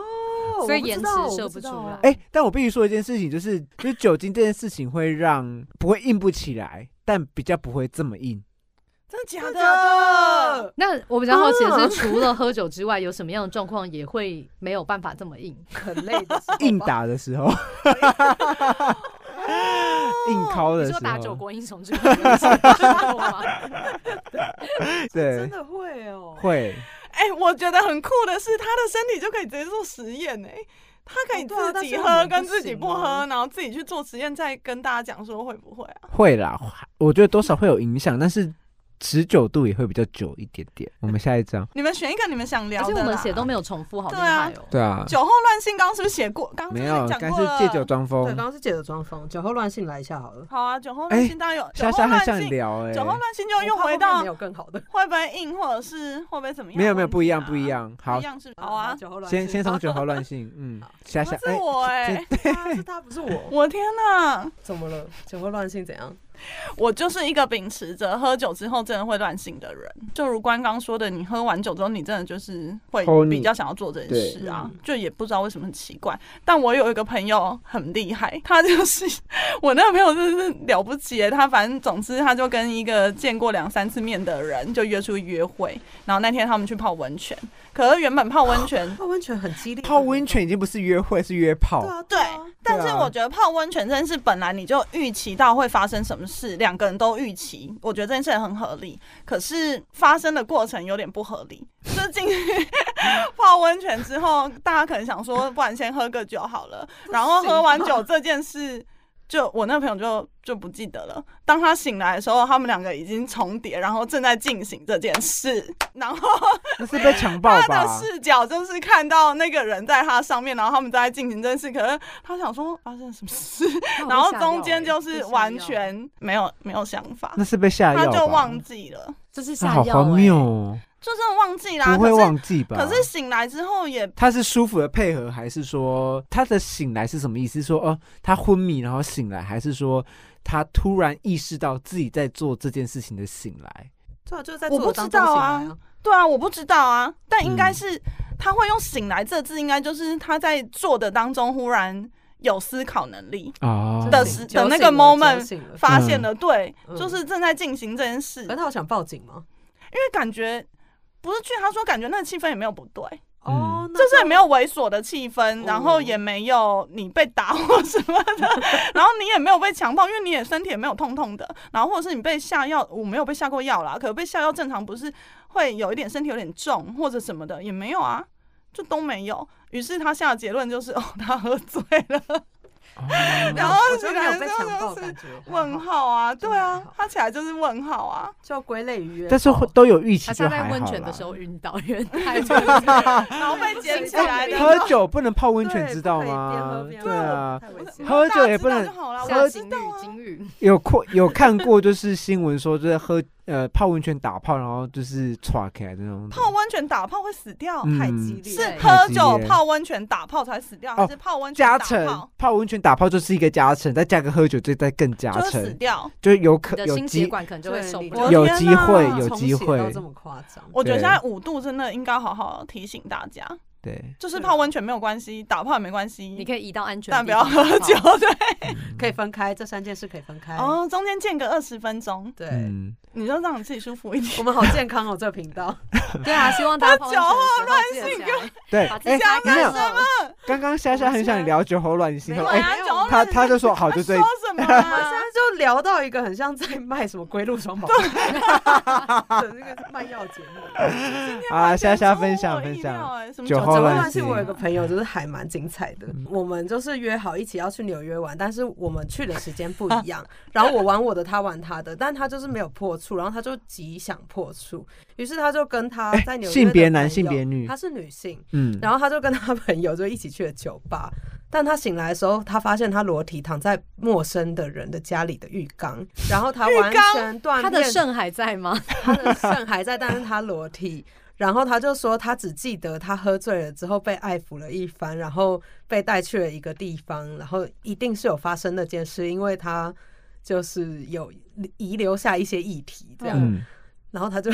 所以延迟射不出来。。哎、但我必须说一件事情，就是就是酒精这件事情会让不会硬不起来，但比较不会这么硬。真的假真的假的？的？那我比较好奇的是，除了喝酒之外，有什么样的状况也会没有办法这么硬？很累的哦时候吧硬，打的时 候，硬敲的你时说打九候，国英雄这个游戏有过 吗？对真，的会哦。会。哎、我觉得很酷的是，他的身体就可以直接做实验哎、他可以哦对啊自己但是我喝们跟不自己不行喝啊，然后自己去做实验，再跟大家讲说会不会啊？会啦，我觉得多少会有影响，但是持久度也会比较久一点点。我们下一张，你们选一个你们想聊的而且啦。我们写都没有重复，好厉对啊害 哦！对啊，酒后乱性，刚刚是不是写过？刚刚没是不有，是该讲是过了。借酒装对，疯刚。刚是借着装疯，酒后乱性来一下好了。好啊，酒后乱性当然有。酒哎莎后莎乱很想性，聊哎、酒后乱性就又我怕后回面到没有更好的，会不会硬，或者是会不会怎么样？没有没有，问题啊不一样不一，样。不好一，样是好啊。嗯酒后乱性先先从酒后乱性，嗯，不想想是哎，我哎，啊是他不 是我，我天哪！怎么了？酒后乱性怎样？我就是一个秉持着喝酒之后真的会乱性的人，就如关刚说的，你喝完酒之后，你真的就是会 Horny 比较想要做这件事啊对，就也不知道为什么很奇怪。但我有一个朋友很厉害，他就是我那个朋友真的是了不起耶，他反正总之他就跟一个见过两三次面的人就约出去约会，然后那天他们去泡温泉，可是原本泡温泉泡温泉很激烈，泡温泉已经不是约会，是约炮对。啊，对对啊，但是我觉得泡温泉真是本来你就预期到会发生什么事，两个人都预期，我觉得这件事很合理。可是发生的过程有点不合理，就 进去泡温泉之后，大家可能想说，不然先喝个酒好了。啊然后喝完酒这件事，就我那个朋友就就不记得了。当他醒来的时候，他们两个已经重叠，然后正在进行这件事，然后。那是被强暴他的吧？视角就是看到那个人在他上面，然后他们在进行这件事，可是他想说发生什么 事，然后中间欸就是完全没有没有想法，那是被下他药吧？就忘记了，这是那下啊好药、欸荒谬哦，就真的忘记啦。不会忘记吧？啊可是，可是醒来之后也他是舒服的配合，还是说他的醒来是什么意思？是说哦，他昏迷然后醒来，还是说他突然意识到自己在做这件事情的醒来？对啊，就是在我做不的当知道中醒啊来啊，对啊，我不知道啊，但应该嗯是他会用“醒来”这字，应该就是他在做的当中忽然有思考能力。哦，的是时的那个 moment 嗯发现了，对，就是正在进行这件事，因可为是他好想报警吗？感觉不是据他说，感觉那个气氛也没有不对，嗯哦，那就是也没有猥琐的气氛，哦然后也没有你被打或什么的，然后你也没有被强暴，因为你也身体也没有痛痛的，然后或者是你被下药，我没有被下过药啦，可被下药正常不是会有一点身体有点重或者什么的，也没有啊，就都没有。于是他下的结论就是，哦，他喝醉了。哦然后我觉得没有被起来之后强暴就是的感觉，问号啊，真对的啊还好，他起来就是问号啊。就归类于约炮，但是会都有预期他就是还在好温泉的啦时候晕倒，因为太就是然后被捡起来哎的。喝酒不能泡温对泉，知道不吗可以？边喝边对啊，太危险了。喝酒也不大家知道能啊就好了，下我知金道鱼啊。金鱼。有过有看过，就是新闻说，就是喝呃泡温泉打泡，然后就是歘起来的那种。泡温泉打泡会死掉，嗯太激烈，是太喝激酒烈泡温泉打泡才死掉，哦还是泡温泉加打成泡泡温泉打泡就是一个加成，再加个喝酒，这再更加就会死成，掉？就有可你的有心血机管可能就会受不对了我。有天机哪会有机啊充血到会这，么夸张，我觉得对现在五度真的应该好好提醒大家，对，就是泡温泉没有关系，打泡也没关你系，可以移到安全，但不要喝酒。。对，嗯可以分开，这三件事可以分开。哦，中间间隔二十分钟，对，嗯，你就让你自己舒服一点。我们好健康哦，这个频道。 对啊，希望大家泡温泉的时候记得起来对，把自哎己加，没有干，了。刚刚夏夏很想聊酒后乱性，没她说有啊哎，哎酒后他乱他就 说好，他就说对，什么 我们现啊？在就聊到一个很像在卖什么龟鹿双宝 的那个卖药节目。啊，夏夏分出享乎我分意料享，欸，什么酒酒后后讲乱乱性性，我有个朋友就是还蛮精彩的嗯。我们就是约好一起要去纽约玩，但是我们去的时间不一样。然后我玩我的，他玩他的，但他就是没有破处，然后他就极想破处，于是他就跟他哎在纽约的性别男朋友性别女他是女性，嗯，然后他就跟他朋友就一起去了酒吧。但他醒来的时候，他发现他裸体躺在陌生的人的家里的浴缸，然后他完全断他片，的肾还在吗？他的肾还在，但是他裸体。 然后他就说，他只记得他喝醉了之后被爱抚了一番，然后被带去了一个地方，然后一定是有发生那件事，因为他就是有遗留下一些议题这样。嗯，然后他就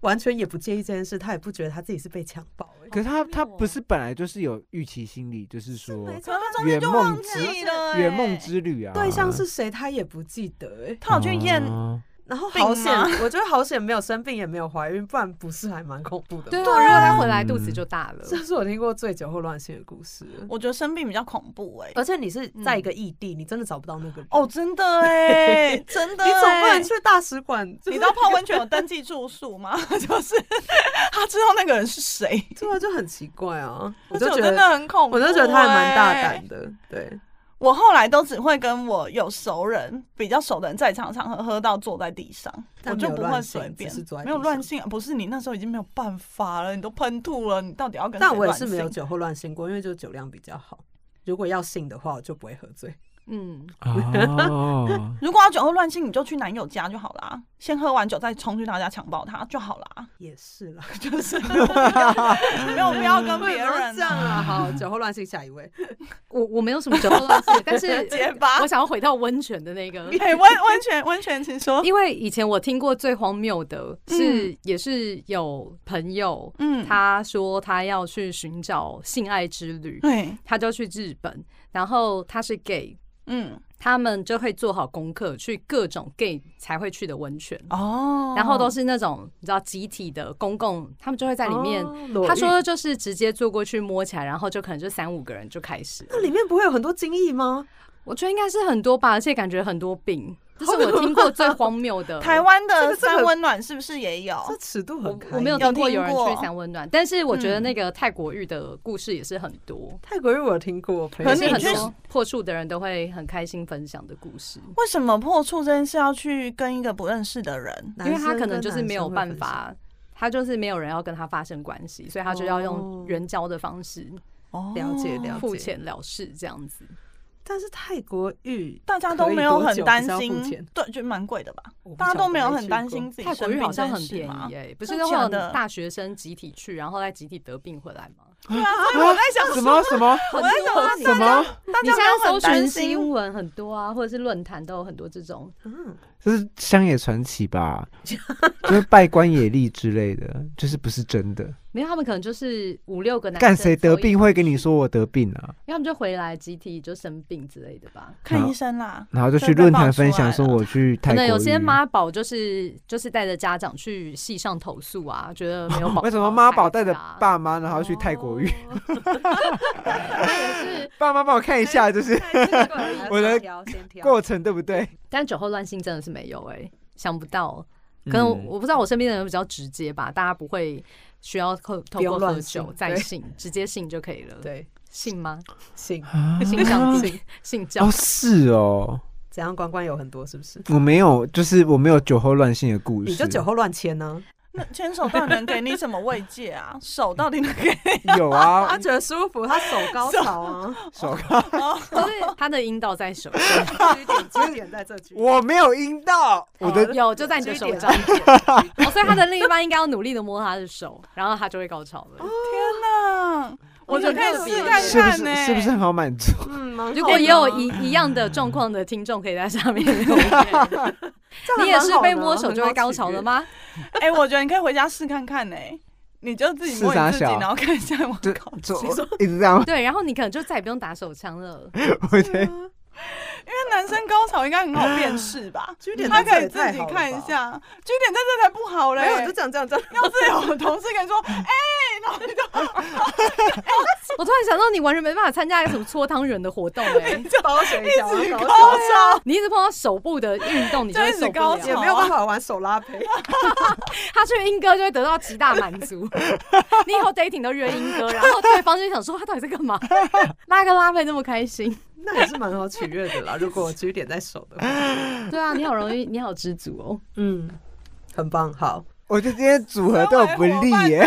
完全也不介意这件事，他也不觉得他自己是被强暴、欸。可是他他不是本来就是有预期心理，就是说没错可能中圆间就忘梦之记了欸，圆梦之旅啊，对象是谁，他也不记得、欸。他有去验哦然后病好险吗， 我觉得好险没有生病，也没有怀孕，不然不是还蛮恐怖的。对啊，如啊果他回来肚子就大了。这是我听过最酒后乱性的故事了。我觉得生病比较恐怖哎、而且你是在一个异地，你真的找不到那个人。哦，，真的哎、 真的、你总不欸能。去大使馆，你知道道泡温泉有登记住宿吗？ 就是他知道那个人是谁，这个就很奇怪啊！我我就觉真得，的很恐怖、我就觉得他还蛮大欸胆。的。对，我后来都只会跟我有熟人、比较熟的人在场场合喝到坐在地上，但我没有就不会乱性随便只是坐在。地没有乱性啊，不是你那时候已经没有办法了，你都喷吐了，你到底要跟谁但我也乱是性？没有酒后乱性过，因为就是酒量比较好。如果要性的话，我就不会喝醉。嗯， 哦，如果要酒后乱性，你就去男友家就好啦，先喝完酒再冲去他家强暴他就好啦， 也是啦，就是没有必要跟为别什么 人这样啊？好，酒后乱性，下一位。我我没有什么酒后乱 性，但是结巴我想要回到温泉的那个。哎，温温泉温泉，请说。因为以前我听过最荒谬的嗯是，也是有朋友，嗯，他说他要去寻找性爱之旅，嗯对，他就去日本，然后他是 gay，嗯，他们就会做好功课去各种 gay 才会去的温泉，哦然后都是那种你知道集体的公共，他们就会在里面。哦裸他浴说就是直接坐过去摸起来，然后就可能就三五个人就开始了。那里面不会有很多精液吗？我觉得应该是很多吧，而且感觉很多病，这是我听过最荒谬 的。哦台湾的这个三温暖是不是也有？这尺度哦我很开。我没有听过有人有听去过三温暖，但是我觉得嗯那个泰国浴的故事也是很多，泰国浴，我有听过，我朋友可可是是你很去多破处的人都会很开心分享的故事，为什么破处这件事要去跟一个不认识的人？因为他可能就是没有办法。他就是没有人要跟他发生关系，所以他就要用哦援交的方式哦了解了解付钱了事这样子。但是泰国浴大家都没有很担可以多久比较付心钱，对，觉得蛮贵的吧？我不大家晓都得没有没很去担过心自己泰国生浴好病像这很件事啊便吗宜？耶、不是真的都假有的大学生集体去，然后再集体得病回来吗？对啊，所以我在想什么什么很在想多啊说什么，大你家现没有在很搜寻担新心，闻很多啊，或者是论坛都有很多这种。嗯，这是乡野传奇吧？ 就是拜官野力之类的，就是不是真的。没有，他们可能就是五六个男生干谁得病会跟你说我得病啊？因为他们就回来集体就生病之类的吧。看医生啦。然后就去论坛分享说我去泰可国能浴。有些妈宝就是就是带着家长去系上投诉啊，觉得没有保。为什么妈宝哦带着孩子啊爸妈，然后去泰国浴？那也是 爸妈帮我看一下，就是我 的挑先挑过程对不对？但酒后乱性真的是没有哎、想不到。可能我,、不知道我身边的人比较直接吧，大家不会需要透透不用过喝乱性酒再对性，直接性就可以了。，对嗯性吗？ 性啊性上帝，性交哦，是哦，怎样？关关有很多是不是？我没有，就是我没有酒后乱性的故事。你就酒后乱签呢？ 那牵手到底能给你什么慰藉 啊？手到底能给有他 啊，觉得舒服，他手高潮啊， 手就是他的阴道在手，据 点据点在这句我没有阴道，我的有就在你的手掌。哦，所以他的另一半应该要努力的摸他的手，然后他就会高潮哦了。天哪？我就可以试看是不看呢、是是不是很好满足？嗯，蛮好的如果也有一一样的状况的听众，可以在下面留 言。这样你也还蛮是好的啊被摸手就会高潮的？吗？哎、我觉得你可以回家试看看呢、欸你就自己摸是啥你自己，小然后看一下有没有就高潮。就一直这样，对，然后你可能就再也不用打手枪了。我觉得那男生高潮应该很好辨识吧？据点他可在以啊这也自太己好了吧看一下，据点在这才不好嘞。没有，就这样这样这 样。 要是有同事跟你说，哎、然后你就 我突然想到，你完全没办法参加什么搓汤圆的活动哎、 包水一直饺，高高啊潮，你一直碰到手部的运动，你就会受不就了一直高。也潮没有办法玩手拉胚， 他去英哥就会得到极大满 足。你以后 dating 都约英哥，然后对方就想说他到底在 干嘛？拉个拉菲那么开心？那也是蛮好取悦的啦。如果据点在手的 话，对啊，你好容易，你好知足哦。嗯，很棒，好。我觉得今天组合对我不利耶。？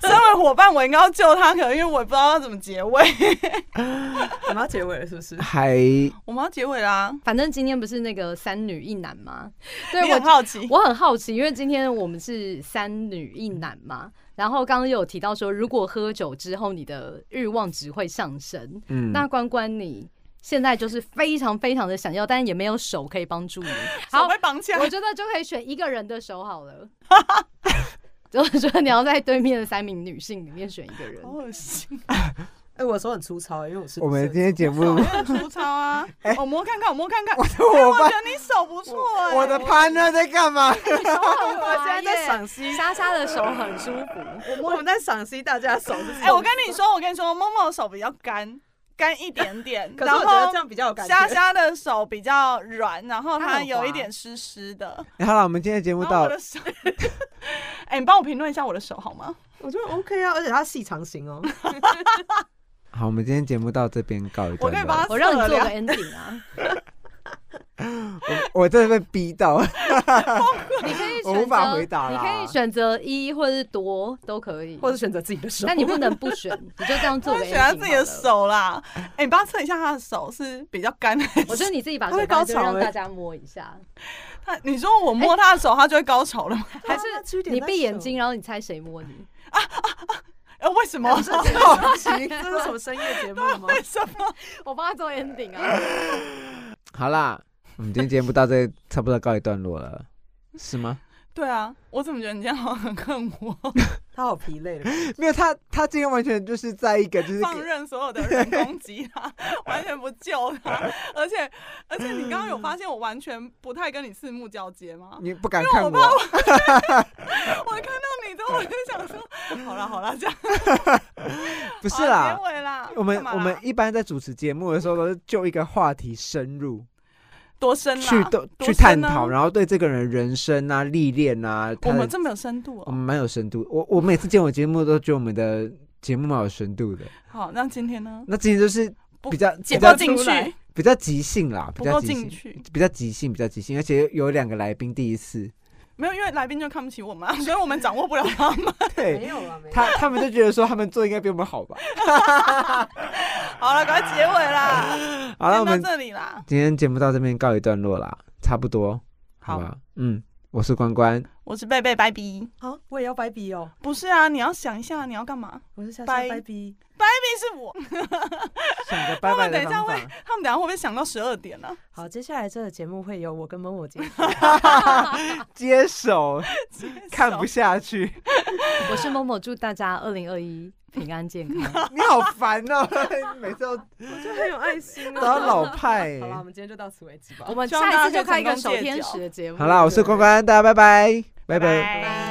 身为伙伴，我应该要救他，可能因为我也不知道要怎么结尾。 我们要结尾了，是不 是还我们要结尾啦，反正今天不是那个三女一男吗？对你我很好奇，我很好奇，因为今天我们是三女一男嘛，然后刚刚有提到说，如果喝酒之后你的欲望值会上升，嗯，那关关你现在就是非常非常的想要，但是也没有手可以帮助你。手好被，绑起来我，觉得就可以选一个人的手好了。我觉得你要在对面的三名女性里面选一个 人好，恶心，哎，我手很粗糙，因为我是我们今天节目，手很粗糙 啊！哎我摸看看，我摸看哎看，我我觉发得你手不错哎，我的 partner 在干嘛？我现在在赏析，莎莎的手很舒 服， 我们在赏析大家的手是什么。哎，我跟你说，我跟你说，默默的手比较干，干一点点，可是然我觉得这后样比较有感虾 觉。虾的手比较软，然后它很它滑有一点湿湿的， 好了，我们今天的节目然后到我的手， 哎，你帮我评论一下我的手好吗？我觉得 OK 啊，而且它细长型 哦。好，我们今天节目到这边告一我段可以把落它。我让你测了做个两 ending 啊，我我真的被逼到， 你可以选择，我无法回答你啦可以选择一或是多都可以，或者选择自己的手。但你不能不选，你就这样做我个会选他 ending 自己的好了。手啦，哎，你帮他测一下他的手是比较干还我是觉得你自己把他会手高高就潮让欸大家摸一下，他？你说我哎摸他的手，他就会高潮了吗？还啊是那你闭眼睛，，然后你猜谁摸你？哎，为什么？这是好奇，哦这 是什么深夜节目吗？为什么？ 我帮他做 ending 啊，好啦，我们今天节目到这差不多告一段落了，是吗？对啊，我怎么觉得你这样好像很恨我，他好疲累了， 没有，他他今天完全就是在一个就是放任所有的人攻击他，完全不救他，而且而且你刚刚有发现我完全不太跟你四目交接吗？ 你不敢看因为我我，怕我看到你之后，我就想说，好啦好啦，这样不不是啦结。尾啦，啊我们干嘛啦我们一般在主持节目的时候都是就一个话题深入多深啦，去都多去深啊探讨，然后对这个人的人生啊、历练啊，我他的们这么有深度我哦。们蛮有深度。我我每次见我节目都觉得我们的节目蛮有深度的。好，那今天呢？那今天就是不比较剪比不较进出来去，比较即兴啦，比不较够即进兴，去，比较即兴，比较即兴，而且有两个来宾第一 次，没有，因为来宾就看不起我们、 啊，所以我们掌握不了他们。对有啊，没他他们就觉得说他们做应该比我们好吧。 好了，赶快结尾啦，好了，我先们到这里啦。今天节目到这边告一段落啦，差不多，好好吧？嗯，我是关关，我是贝贝，拜比。好，我也要掰笔哦，不是啊，你要想一下你要干嘛。我是下次掰掰笔，贝是我，想个拜拜们等的一下方会法。他们等一下会不会想到十二点呢、好，接下来这个节目会由我跟某某接手。 接 手，看不下去， 我是某某，祝大家二零二一平安健 康。你好烦哦， 每次 都都 我觉得很有爱心啊要老派欸。 好了，我们今天就到此为止吧我。们希望下一次大家可以就开一个成功手戒天酒使的节目。好啦，我是关关，大家拜拜，拜拜。拜